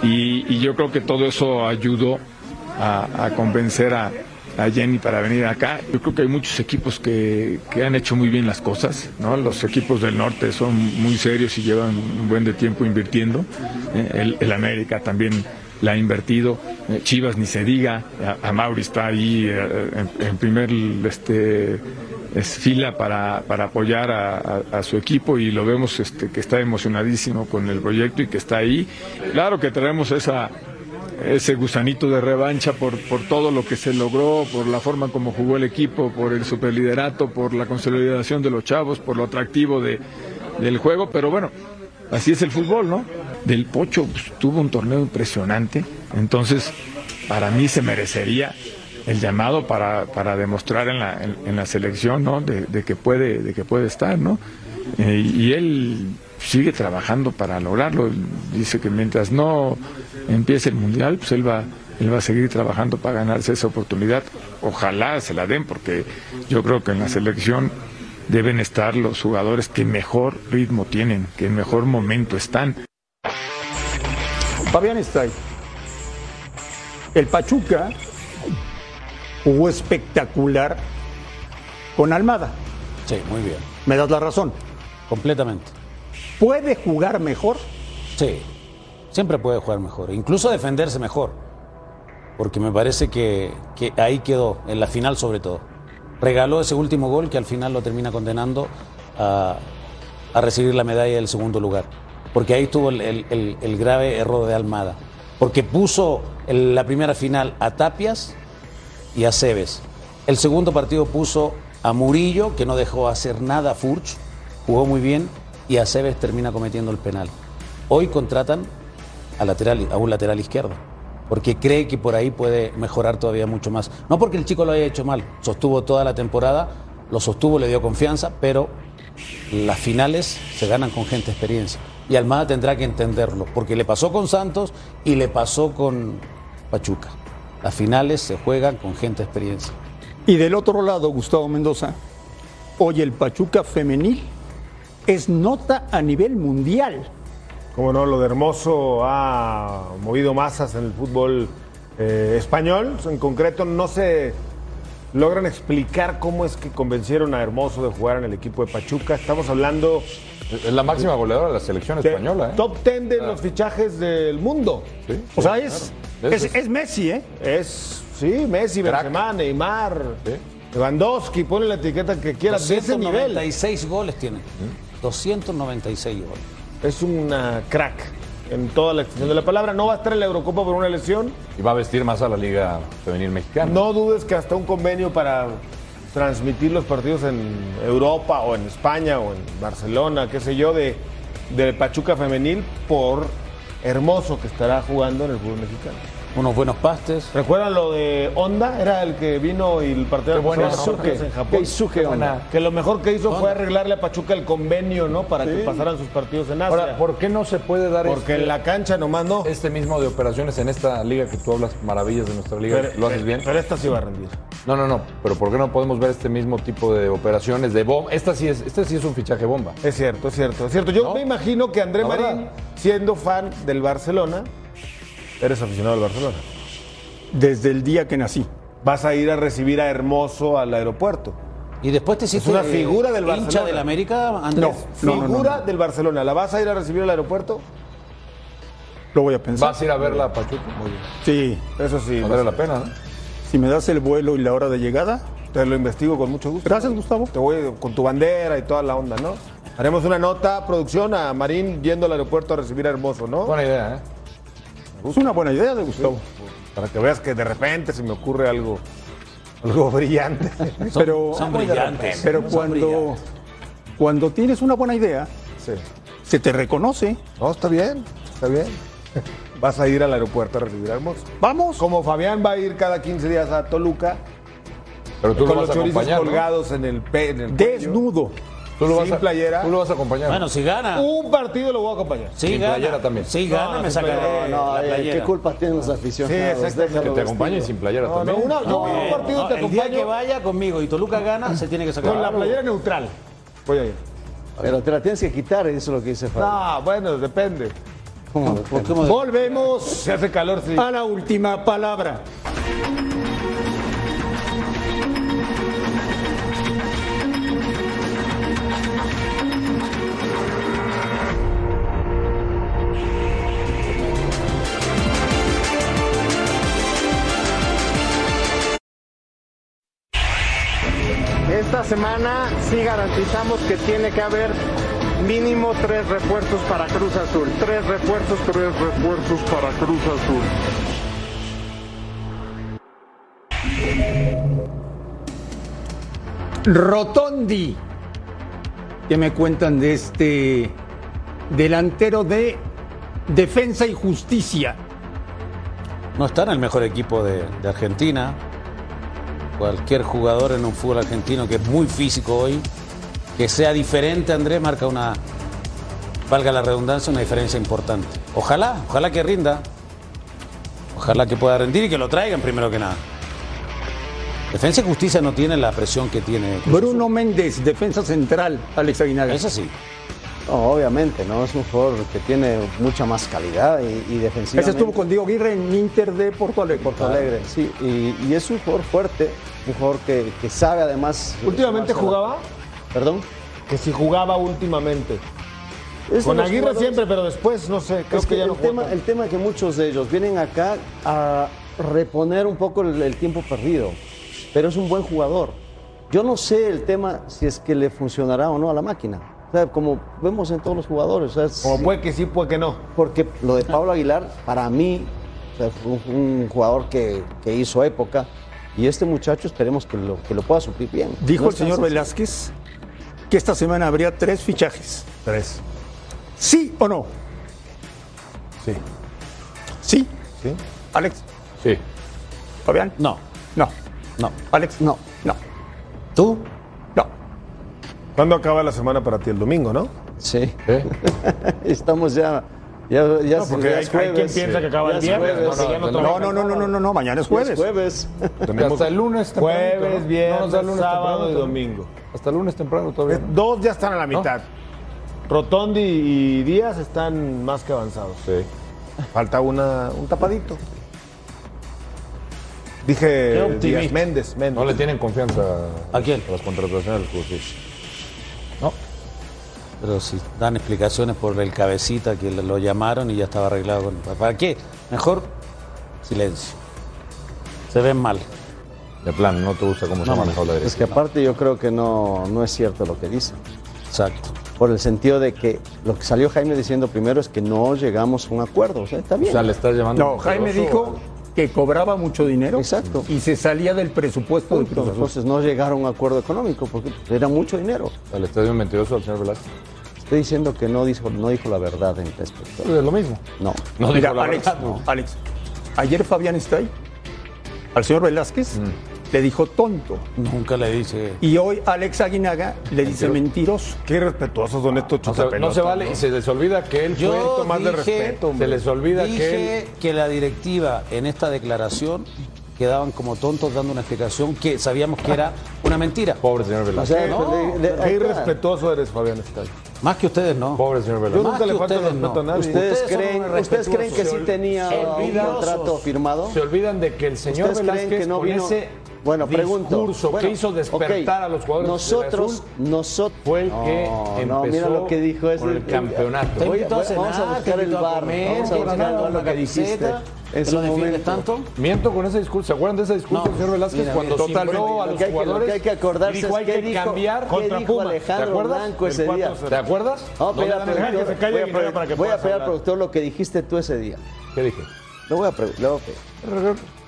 [SPEAKER 2] Y, y yo creo que todo eso ayudó a, a convencer a, a Jenny para venir acá. Yo creo que hay muchos equipos que, que han hecho muy bien las cosas, ¿no? Los equipos del norte son muy serios y llevan un buen de tiempo invirtiendo. Eh, El, el América también la ha invertido. Eh, Chivas ni se diga. A, a Mauri está ahí eh, en, en primer este, es fila para, para apoyar a, a- a su equipo y lo vemos este, que está emocionadísimo con el proyecto y que está ahí. Claro que traemos esa ese gusanito de revancha por, por todo lo que se logró, por la forma como jugó el equipo, por el superliderato, por la consolidación de los chavos, por lo atractivo de, del juego, pero bueno, así es el fútbol, ¿no? Del Pocho pues, tuvo un torneo impresionante, entonces para mí se merecería el llamado para, para demostrar en la, en, en la selección, ¿no? De, de que puede, de que puede estar, ¿no? Eh, y él sigue trabajando para lograrlo. Dice que mientras no empiece el mundial, pues él va, él va a seguir trabajando para ganarse esa oportunidad. Ojalá se la den, porque yo creo que en la selección deben estar los jugadores que mejor ritmo tienen, que en mejor momento están.
[SPEAKER 3] Fabián está ahí. El Pachuca jugó espectacular con Almada.
[SPEAKER 4] Sí, muy bien.
[SPEAKER 3] Me das la razón.
[SPEAKER 4] Completamente.
[SPEAKER 3] ¿Puede jugar mejor?
[SPEAKER 4] Sí, siempre puede jugar mejor, incluso defenderse mejor, porque me parece que, que ahí quedó, en la final sobre todo. Regaló ese último gol que al final lo termina condenando a, a recibir la medalla del segundo lugar, porque ahí estuvo el, el- el- el grave error de Almada, porque puso en la primera final a Tapias y a Cebes. El segundo partido puso a Murillo, que no dejó hacer nada a Furch, jugó muy bien, y a Cebes termina cometiendo el penal. Hoy contratan a, lateral, a un lateral izquierdo, porque cree que por ahí puede mejorar todavía mucho más. No porque el chico lo haya hecho mal, sostuvo toda la temporada, lo sostuvo, le dio confianza, pero las finales se ganan con gente de experiencia. Y Almada tendrá que entenderlo, porque le pasó con Santos y le pasó con Pachuca. Las finales se juegan con gente de experiencia.
[SPEAKER 2] Y del otro lado, Gustavo Mendoza, hoy el Pachuca femenil es nota a nivel mundial.
[SPEAKER 6] Como no, lo de Hermoso ha movido masas en el fútbol eh, español. En concreto, no se logran explicar cómo es que convencieron a Hermoso de jugar en el equipo de Pachuca. Estamos hablando
[SPEAKER 5] Es la máxima goleadora de la selección
[SPEAKER 6] de
[SPEAKER 5] española. ¿eh?
[SPEAKER 6] top 10 de los fichajes del mundo.
[SPEAKER 5] Sí,
[SPEAKER 2] O sea,
[SPEAKER 5] sí,
[SPEAKER 2] es,
[SPEAKER 5] claro.
[SPEAKER 2] es, es Messi, ¿eh?
[SPEAKER 6] Es, sí, Messi,
[SPEAKER 5] Crack.
[SPEAKER 6] Benzema, Neymar,
[SPEAKER 5] Sí.
[SPEAKER 6] Lewandowski, ponle la etiqueta que quieras de ese nivel.
[SPEAKER 4] 296 goles tiene. 296 goles.
[SPEAKER 6] Es una crack en toda la extensión de la palabra. No va a estar en la Eurocopa por una lesión.
[SPEAKER 5] Y va a vestir más a la Liga Femenil Mexicana.
[SPEAKER 6] No dudes que hasta un convenio para transmitir los partidos en Europa o en España o en Barcelona, qué sé yo, de, de Pachuca Femenil por Hermoso que estará jugando en el fútbol mexicano.
[SPEAKER 4] Unos buenos pastes.
[SPEAKER 6] ¿Recuerdan lo de Honda? Era el que vino y el partido de
[SPEAKER 5] buena
[SPEAKER 6] Barcelona
[SPEAKER 5] Honda.
[SPEAKER 6] en Japón.
[SPEAKER 3] Keisuke Honda.
[SPEAKER 6] Que lo mejor que hizo fue arreglarle a Pachuca el convenio, ¿no? Para que pasaran sus partidos en Asia.
[SPEAKER 5] Ahora, ¿por qué no se puede dar
[SPEAKER 6] Porque
[SPEAKER 5] este,
[SPEAKER 6] en la cancha nomás no.
[SPEAKER 5] este mismo de operaciones en esta liga que tú hablas maravillas de nuestra liga? ¿Lo haces bien?
[SPEAKER 6] Pero esta sí va a rendir.
[SPEAKER 5] No, no, no. Pero ¿por qué no podemos ver este mismo tipo de operaciones de bomba? Esta sí es, este sí es un fichaje bomba.
[SPEAKER 6] Es cierto, es cierto, es cierto. Yo
[SPEAKER 5] ¿No?
[SPEAKER 6] me imagino que André
[SPEAKER 5] La verdad.
[SPEAKER 6] Marín, siendo fan del Barcelona, eres aficionado al Barcelona,
[SPEAKER 2] Desde el día que nací.
[SPEAKER 6] vas a ir a recibir a Hermoso al aeropuerto.
[SPEAKER 4] Y después te hiciste
[SPEAKER 6] una figura del
[SPEAKER 4] hincha
[SPEAKER 6] Barcelona.
[SPEAKER 4] del América, Andrés.
[SPEAKER 2] No, no, no,
[SPEAKER 6] Figura
[SPEAKER 2] no.
[SPEAKER 6] del Barcelona, ¿la vas a ir a recibir al aeropuerto?
[SPEAKER 2] Lo voy a pensar.
[SPEAKER 5] ¿Vas a ir a verla a Pachuca? Muy bien.
[SPEAKER 2] Sí,
[SPEAKER 6] Eso sí,
[SPEAKER 5] Vale la
[SPEAKER 6] vas a-
[SPEAKER 5] pena, ¿no?
[SPEAKER 2] si me das el vuelo y la hora de llegada.
[SPEAKER 6] te lo investigo con mucho gusto.
[SPEAKER 2] Gracias, Gustavo.
[SPEAKER 6] Te voy con tu bandera y toda la onda, ¿no? Haremos una nota, producción, a Marín yendo al aeropuerto a recibir a Hermoso, ¿no?
[SPEAKER 5] Buena idea, ¿eh?
[SPEAKER 2] Es una buena idea de Gustavo.
[SPEAKER 6] Para que veas que de repente se me ocurre algo, algo brillante.
[SPEAKER 4] Son,
[SPEAKER 2] Pero,
[SPEAKER 4] son brillantes.
[SPEAKER 2] pero
[SPEAKER 4] son
[SPEAKER 2] cuando,
[SPEAKER 4] brillantes.
[SPEAKER 2] cuando tienes una buena idea,
[SPEAKER 6] Sí.
[SPEAKER 2] se te reconoce.
[SPEAKER 6] No, está bien, está bien. Vas a ir al aeropuerto a recibir a Hermoso.
[SPEAKER 2] Vamos.
[SPEAKER 6] Como Fabián va a ir cada 15 días a Toluca
[SPEAKER 5] Pero tú
[SPEAKER 6] con
[SPEAKER 5] lo vas
[SPEAKER 6] los
[SPEAKER 5] a
[SPEAKER 6] chorizos
[SPEAKER 5] acompañar. ¿no?
[SPEAKER 6] colgados en el pe, en el cuello,
[SPEAKER 2] Desnudo.
[SPEAKER 5] Tú lo vas
[SPEAKER 6] sin
[SPEAKER 5] a,
[SPEAKER 6] playera.
[SPEAKER 5] Tú lo vas a acompañar.
[SPEAKER 4] Bueno, si gana.
[SPEAKER 6] Un partido lo voy a acompañar.
[SPEAKER 4] si
[SPEAKER 5] sin
[SPEAKER 4] gana.
[SPEAKER 5] playera también.
[SPEAKER 4] Si gana,
[SPEAKER 6] Uh, No,
[SPEAKER 4] me
[SPEAKER 6] sin
[SPEAKER 4] saca.
[SPEAKER 6] playera.
[SPEAKER 3] No,
[SPEAKER 4] la
[SPEAKER 3] eh,
[SPEAKER 4] playera.
[SPEAKER 3] ¿qué culpa tienen los aficionados?
[SPEAKER 6] Sí, exactamente.
[SPEAKER 5] que
[SPEAKER 3] Déjalo
[SPEAKER 5] te acompañe
[SPEAKER 3] vestido.
[SPEAKER 5] sin playera
[SPEAKER 6] No, no,
[SPEAKER 5] también.
[SPEAKER 6] una- yo un partido
[SPEAKER 4] No,
[SPEAKER 6] te
[SPEAKER 4] el día que
[SPEAKER 6] acompaño
[SPEAKER 4] vaya conmigo y Toluca gana, se tiene que sacar.
[SPEAKER 6] con la playera neutral. Voy a ir.
[SPEAKER 3] Pero te la tienes que quitar, eso es lo que dice Fabio.
[SPEAKER 6] Ah, bueno, depende.
[SPEAKER 3] ¿Cómo?
[SPEAKER 4] ¿Por qué hemos-
[SPEAKER 6] Volvemos. Se hace calor, sí.
[SPEAKER 2] A la última palabra.
[SPEAKER 11] Esta semana sí garantizamos que tiene que haber mínimo tres refuerzos para Cruz Azul. Tres refuerzos, tres refuerzos para Cruz Azul.
[SPEAKER 7] Rotondi. ¿Qué me cuentan de
[SPEAKER 2] Eh,
[SPEAKER 7] este delantero de Defensa y Justicia?
[SPEAKER 4] No está en el mejor equipo de, de Argentina. Cualquier jugador en un fútbol argentino que es muy físico hoy, que sea diferente, Andrés, marca una, valga la redundancia, una diferencia importante. Ojalá, ojalá que rinda. Ojalá que pueda rendir y que lo traigan primero que nada. Defensa y Justicia no tiene la presión que tiene. Cruz Azul.
[SPEAKER 2] Bruno Méndez, defensa central, Alex Aguinaga.
[SPEAKER 4] Eso sí.
[SPEAKER 3] No, obviamente, ¿no? Es un jugador que tiene mucha más calidad y, y defensivamente.
[SPEAKER 2] Ese estuvo con Diego Aguirre en Inter de Porto Alegre.
[SPEAKER 3] Porto Alegre, sí. Y, y es un jugador fuerte, un jugador que, que sabe además.
[SPEAKER 6] Últimamente
[SPEAKER 3] tomarse la-
[SPEAKER 6] jugaba,
[SPEAKER 3] Perdón.
[SPEAKER 6] que si jugaba últimamente.
[SPEAKER 3] Es Este de
[SPEAKER 6] Con
[SPEAKER 3] los
[SPEAKER 6] Aguirre
[SPEAKER 3] jugadores-
[SPEAKER 6] siempre, pero después, no sé, creo
[SPEAKER 3] Es
[SPEAKER 6] que,
[SPEAKER 3] que
[SPEAKER 6] ya
[SPEAKER 3] el,
[SPEAKER 6] no juega
[SPEAKER 3] tema,
[SPEAKER 6] tanto.
[SPEAKER 3] el tema es que muchos de ellos vienen acá a reponer un poco el, el tiempo perdido, pero es un buen jugador. Yo no sé el tema si es que le funcionará o no a la máquina. O sea, como vemos en todos los jugadores, o sea, es-
[SPEAKER 6] O puede que sí, puede que no.
[SPEAKER 3] porque lo de Pablo Aguilar, para mí, o sea, fue un, un jugador que, que hizo época. Y este muchacho esperemos que lo, que lo pueda suplir bien.
[SPEAKER 2] Dijo
[SPEAKER 3] No
[SPEAKER 2] el
[SPEAKER 3] es
[SPEAKER 2] señor
[SPEAKER 3] tan sencillo.
[SPEAKER 2] Velázquez que esta semana habría tres fichajes.
[SPEAKER 6] Tres.
[SPEAKER 2] ¿Sí o no?
[SPEAKER 6] Sí.
[SPEAKER 2] Sí.
[SPEAKER 6] ¿Sí?
[SPEAKER 2] Alex,
[SPEAKER 5] Sí.
[SPEAKER 2] Fabián.
[SPEAKER 4] No,
[SPEAKER 2] No.
[SPEAKER 4] no.
[SPEAKER 2] Alex.
[SPEAKER 3] No.
[SPEAKER 2] No.
[SPEAKER 4] ¿Tú?
[SPEAKER 2] No.
[SPEAKER 6] ¿Cuándo acaba la semana para ti? El domingo, ¿no?
[SPEAKER 3] Sí,
[SPEAKER 5] ¿Eh?
[SPEAKER 3] estamos ya Ya, ya
[SPEAKER 6] No,
[SPEAKER 3] es-
[SPEAKER 6] porque
[SPEAKER 3] ya
[SPEAKER 6] hay-
[SPEAKER 3] es
[SPEAKER 6] hay quien
[SPEAKER 3] jueves.
[SPEAKER 6] piensa que acaba el viernes,
[SPEAKER 3] es jueves.
[SPEAKER 6] porque ya no trabaja.
[SPEAKER 3] no, no, no, no, no, mañana es
[SPEAKER 6] jueves.
[SPEAKER 3] es jueves.
[SPEAKER 6] Hasta el lunes temprano, Jueves, ¿no? viernes, No, hasta el lunes sábado temprano, y ¿no? domingo.
[SPEAKER 5] Hasta el lunes temprano todavía.
[SPEAKER 6] Eh, Dos ya están a la mitad. Rotondi y Díaz están más que avanzados.
[SPEAKER 5] Sí.
[SPEAKER 6] Falta una, un tapadito. Dije Díaz Méndez, Méndez.
[SPEAKER 5] No le tienen confianza a, quién? las contrataciones del
[SPEAKER 4] No. Pero si dan explicaciones por el cabecita que le- lo llamaron y ya estaba arreglado. con- ¿Para qué? Mejor silencio. Se ven mal.
[SPEAKER 5] De plan, no te gusta cómo
[SPEAKER 4] se ha manejado la
[SPEAKER 3] Es que aparte yo creo que no, no es cierto lo que dice.
[SPEAKER 4] Exacto.
[SPEAKER 3] Por el sentido de que lo que salió Jaime diciendo primero es que no llegamos a un acuerdo. O sea, está bien.
[SPEAKER 2] No, Jaime dijo que cobraba mucho dinero. Exacto. Y se salía del presupuesto de Cruz Azul.
[SPEAKER 3] Entonces no llegaron a un acuerdo económico porque era mucho dinero.
[SPEAKER 5] Al estadio mentiroso al señor Velázquez.
[SPEAKER 3] Estoy diciendo que no dijo, no dijo la verdad en respecto.
[SPEAKER 5] Es lo mismo.
[SPEAKER 3] No.
[SPEAKER 2] Mira, Alex, Alex, ayer Fabián está ahí. Al señor Velázquez le dijo tonto.
[SPEAKER 4] Nunca le dice.
[SPEAKER 2] Y hoy Alex Aguinaga le dice mentiroso.
[SPEAKER 6] Qué respetuosos son estos
[SPEAKER 5] No se, no se vale y se les olvida que él fue el tomás de
[SPEAKER 4] dije-
[SPEAKER 5] respeto. Se les olvida
[SPEAKER 4] dije
[SPEAKER 5] que él.
[SPEAKER 4] que la directiva en esta declaración quedaban como tontos dando una explicación que sabíamos que era una mentira.
[SPEAKER 5] Pobre señor
[SPEAKER 4] Velázquez.
[SPEAKER 6] O sea,
[SPEAKER 4] No,
[SPEAKER 6] le- le-
[SPEAKER 4] pero-
[SPEAKER 6] qué irrespetuoso eres, Fabián Estal.
[SPEAKER 4] Más que ustedes no.
[SPEAKER 5] Pobre señor
[SPEAKER 6] Yo nunca le falto el respeto a nadie.
[SPEAKER 3] ¿Ustedes,
[SPEAKER 6] Ustedes son
[SPEAKER 3] creen,
[SPEAKER 6] unos
[SPEAKER 3] ¿Ustedes creen que sí
[SPEAKER 6] respetuosos.
[SPEAKER 3] tenía
[SPEAKER 6] Se
[SPEAKER 3] un
[SPEAKER 6] olvidan-
[SPEAKER 3] contrato firmado?
[SPEAKER 5] Se olvidan de que el señor
[SPEAKER 3] ¿Ustedes creen
[SPEAKER 5] Velázquez
[SPEAKER 3] que no
[SPEAKER 5] con
[SPEAKER 3] vino?
[SPEAKER 5] ese
[SPEAKER 3] Bueno, pregunto.
[SPEAKER 5] discurso
[SPEAKER 3] Bueno,
[SPEAKER 5] que hizo despertar
[SPEAKER 3] ok.
[SPEAKER 5] a los jugadores
[SPEAKER 3] Nosotros- nosotros
[SPEAKER 5] fue el que
[SPEAKER 3] No,
[SPEAKER 5] empezó
[SPEAKER 3] no, mira lo que dijo ese-
[SPEAKER 5] con el campeonato.
[SPEAKER 4] Te
[SPEAKER 3] Oye,
[SPEAKER 4] invito a
[SPEAKER 3] bueno, vamos a
[SPEAKER 4] cenar, te
[SPEAKER 3] buscar
[SPEAKER 4] invito
[SPEAKER 3] el
[SPEAKER 4] a
[SPEAKER 3] bar,
[SPEAKER 4] comer,
[SPEAKER 3] vamos a
[SPEAKER 4] te invito a
[SPEAKER 3] buscar
[SPEAKER 4] tomar
[SPEAKER 3] lo
[SPEAKER 4] una
[SPEAKER 3] que dijiste
[SPEAKER 4] camiseta,
[SPEAKER 3] en
[SPEAKER 4] ¿te
[SPEAKER 3] su
[SPEAKER 4] lo defiendes
[SPEAKER 3] momento.
[SPEAKER 4] tanto?
[SPEAKER 5] Miento con ese discurso. ¿Se acuerdan de ese discurso del señor Velázquez
[SPEAKER 3] Mira,
[SPEAKER 5] cuando
[SPEAKER 3] mira,
[SPEAKER 5] citó a
[SPEAKER 3] lo
[SPEAKER 5] los
[SPEAKER 3] que hay que-
[SPEAKER 5] jugadores?
[SPEAKER 3] Lo que hay que acordarse
[SPEAKER 5] dijo,
[SPEAKER 3] es
[SPEAKER 5] hay
[SPEAKER 3] qué
[SPEAKER 5] que
[SPEAKER 3] dijo,
[SPEAKER 5] cambiar
[SPEAKER 3] qué
[SPEAKER 5] contra
[SPEAKER 3] dijo
[SPEAKER 5] Puma. ¿Te
[SPEAKER 3] Alejandro
[SPEAKER 5] acuerdas?
[SPEAKER 3] Blanco ese
[SPEAKER 5] El
[SPEAKER 3] día.
[SPEAKER 5] 4-0. ¿Te acuerdas?
[SPEAKER 3] No,
[SPEAKER 5] le
[SPEAKER 3] voy a
[SPEAKER 5] dan el
[SPEAKER 3] pedir al
[SPEAKER 5] gol.
[SPEAKER 3] productor, voy a pedir- voy a pedir al productor lo que dijiste tú ese día.
[SPEAKER 5] ¿Qué dije?
[SPEAKER 3] Lo voy a preguntar. lo voy a pedir.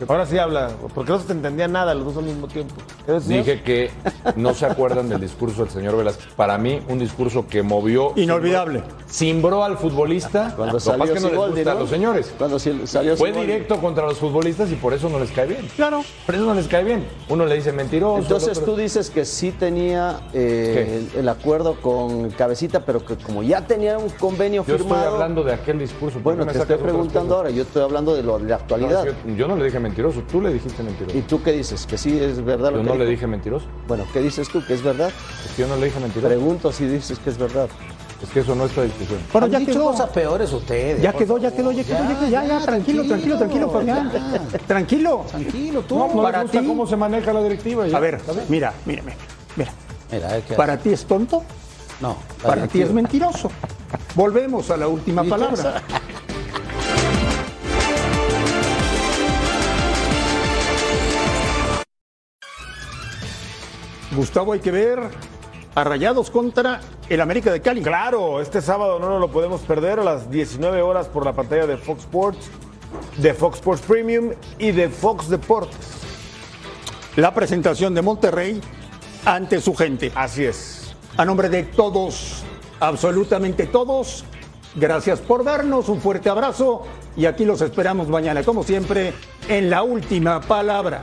[SPEAKER 6] Ahora sí habla, porque no se te entendía nada los dos al mismo tiempo. ¿Eres
[SPEAKER 5] Dije que no se acuerdan del discurso del señor Velázquez. Para mí, un discurso que movió.
[SPEAKER 2] Inolvidable.
[SPEAKER 5] Cimbró al futbolista.
[SPEAKER 3] Cuando
[SPEAKER 5] Lo que pasa
[SPEAKER 3] salió
[SPEAKER 5] es que no les
[SPEAKER 3] Siboldi,
[SPEAKER 5] gusta a
[SPEAKER 3] ¿no?
[SPEAKER 5] los señores.
[SPEAKER 3] Cuando sil- salió
[SPEAKER 5] Fue
[SPEAKER 3] Siboldi.
[SPEAKER 5] directo contra los futbolistas y por eso no les cae bien.
[SPEAKER 2] Claro.
[SPEAKER 5] Por eso no les cae bien. Uno le dice mentiroso. el
[SPEAKER 3] Entonces
[SPEAKER 5] otro-
[SPEAKER 3] tú dices que sí tenía eh, el, el acuerdo con Cabecita, pero que como ya tenía un convenio
[SPEAKER 5] Yo estoy
[SPEAKER 3] firmado.
[SPEAKER 5] hablando de aquel discurso. ¿por qué
[SPEAKER 3] bueno,
[SPEAKER 5] me
[SPEAKER 3] te estoy
[SPEAKER 5] sacas otras
[SPEAKER 3] preguntando ahora, yo estoy hablando de, lo, de la
[SPEAKER 5] cosas? No,
[SPEAKER 3] actualidad.
[SPEAKER 5] es que yo no le dije mentiroso. Tú le dijiste mentiroso.
[SPEAKER 3] ¿Y tú qué dices? ¿Que sí es verdad lo
[SPEAKER 5] Yo
[SPEAKER 3] que
[SPEAKER 5] no le
[SPEAKER 3] dijo?
[SPEAKER 5] dije mentiroso.
[SPEAKER 3] Bueno, ¿qué dices tú? ¿Que es verdad?
[SPEAKER 5] Es que yo no le dije mentiroso.
[SPEAKER 3] Pregunto si dices que es verdad.
[SPEAKER 5] Es que eso no está discusión.
[SPEAKER 2] Bueno,
[SPEAKER 4] Han
[SPEAKER 2] ya
[SPEAKER 4] dicho
[SPEAKER 2] quedó.
[SPEAKER 4] cosas peores ustedes.
[SPEAKER 2] Ya
[SPEAKER 4] por
[SPEAKER 2] quedó, ya quedó, ya quedó, ya quedó. Ya, ya, tranquilo, tranquilo, tranquilo, Fabián. Tranquilo.
[SPEAKER 4] Tranquilo, tú.
[SPEAKER 5] No, no
[SPEAKER 2] Para
[SPEAKER 5] le gusta
[SPEAKER 2] ti-
[SPEAKER 5] cómo se maneja la directiva. ya.
[SPEAKER 2] A ver, mira, mira, mira, mira.
[SPEAKER 4] Mira, es que-
[SPEAKER 2] ¿Para ti es tonto?
[SPEAKER 4] No.
[SPEAKER 2] Para ti es mentiroso. Volvemos a la última palabra. Gustavo, hay que ver a Rayados contra el América de Cali.
[SPEAKER 6] Claro, este sábado no nos lo podemos perder a las 19 horas por la pantalla de Fox Sports, de Fox Sports Premium y de Fox Deportes.
[SPEAKER 2] La presentación de Monterrey ante su gente.
[SPEAKER 6] Así es.
[SPEAKER 2] A nombre de todos, absolutamente todos, gracias por vernos, un fuerte abrazo y aquí los esperamos mañana, como siempre, en la última palabra.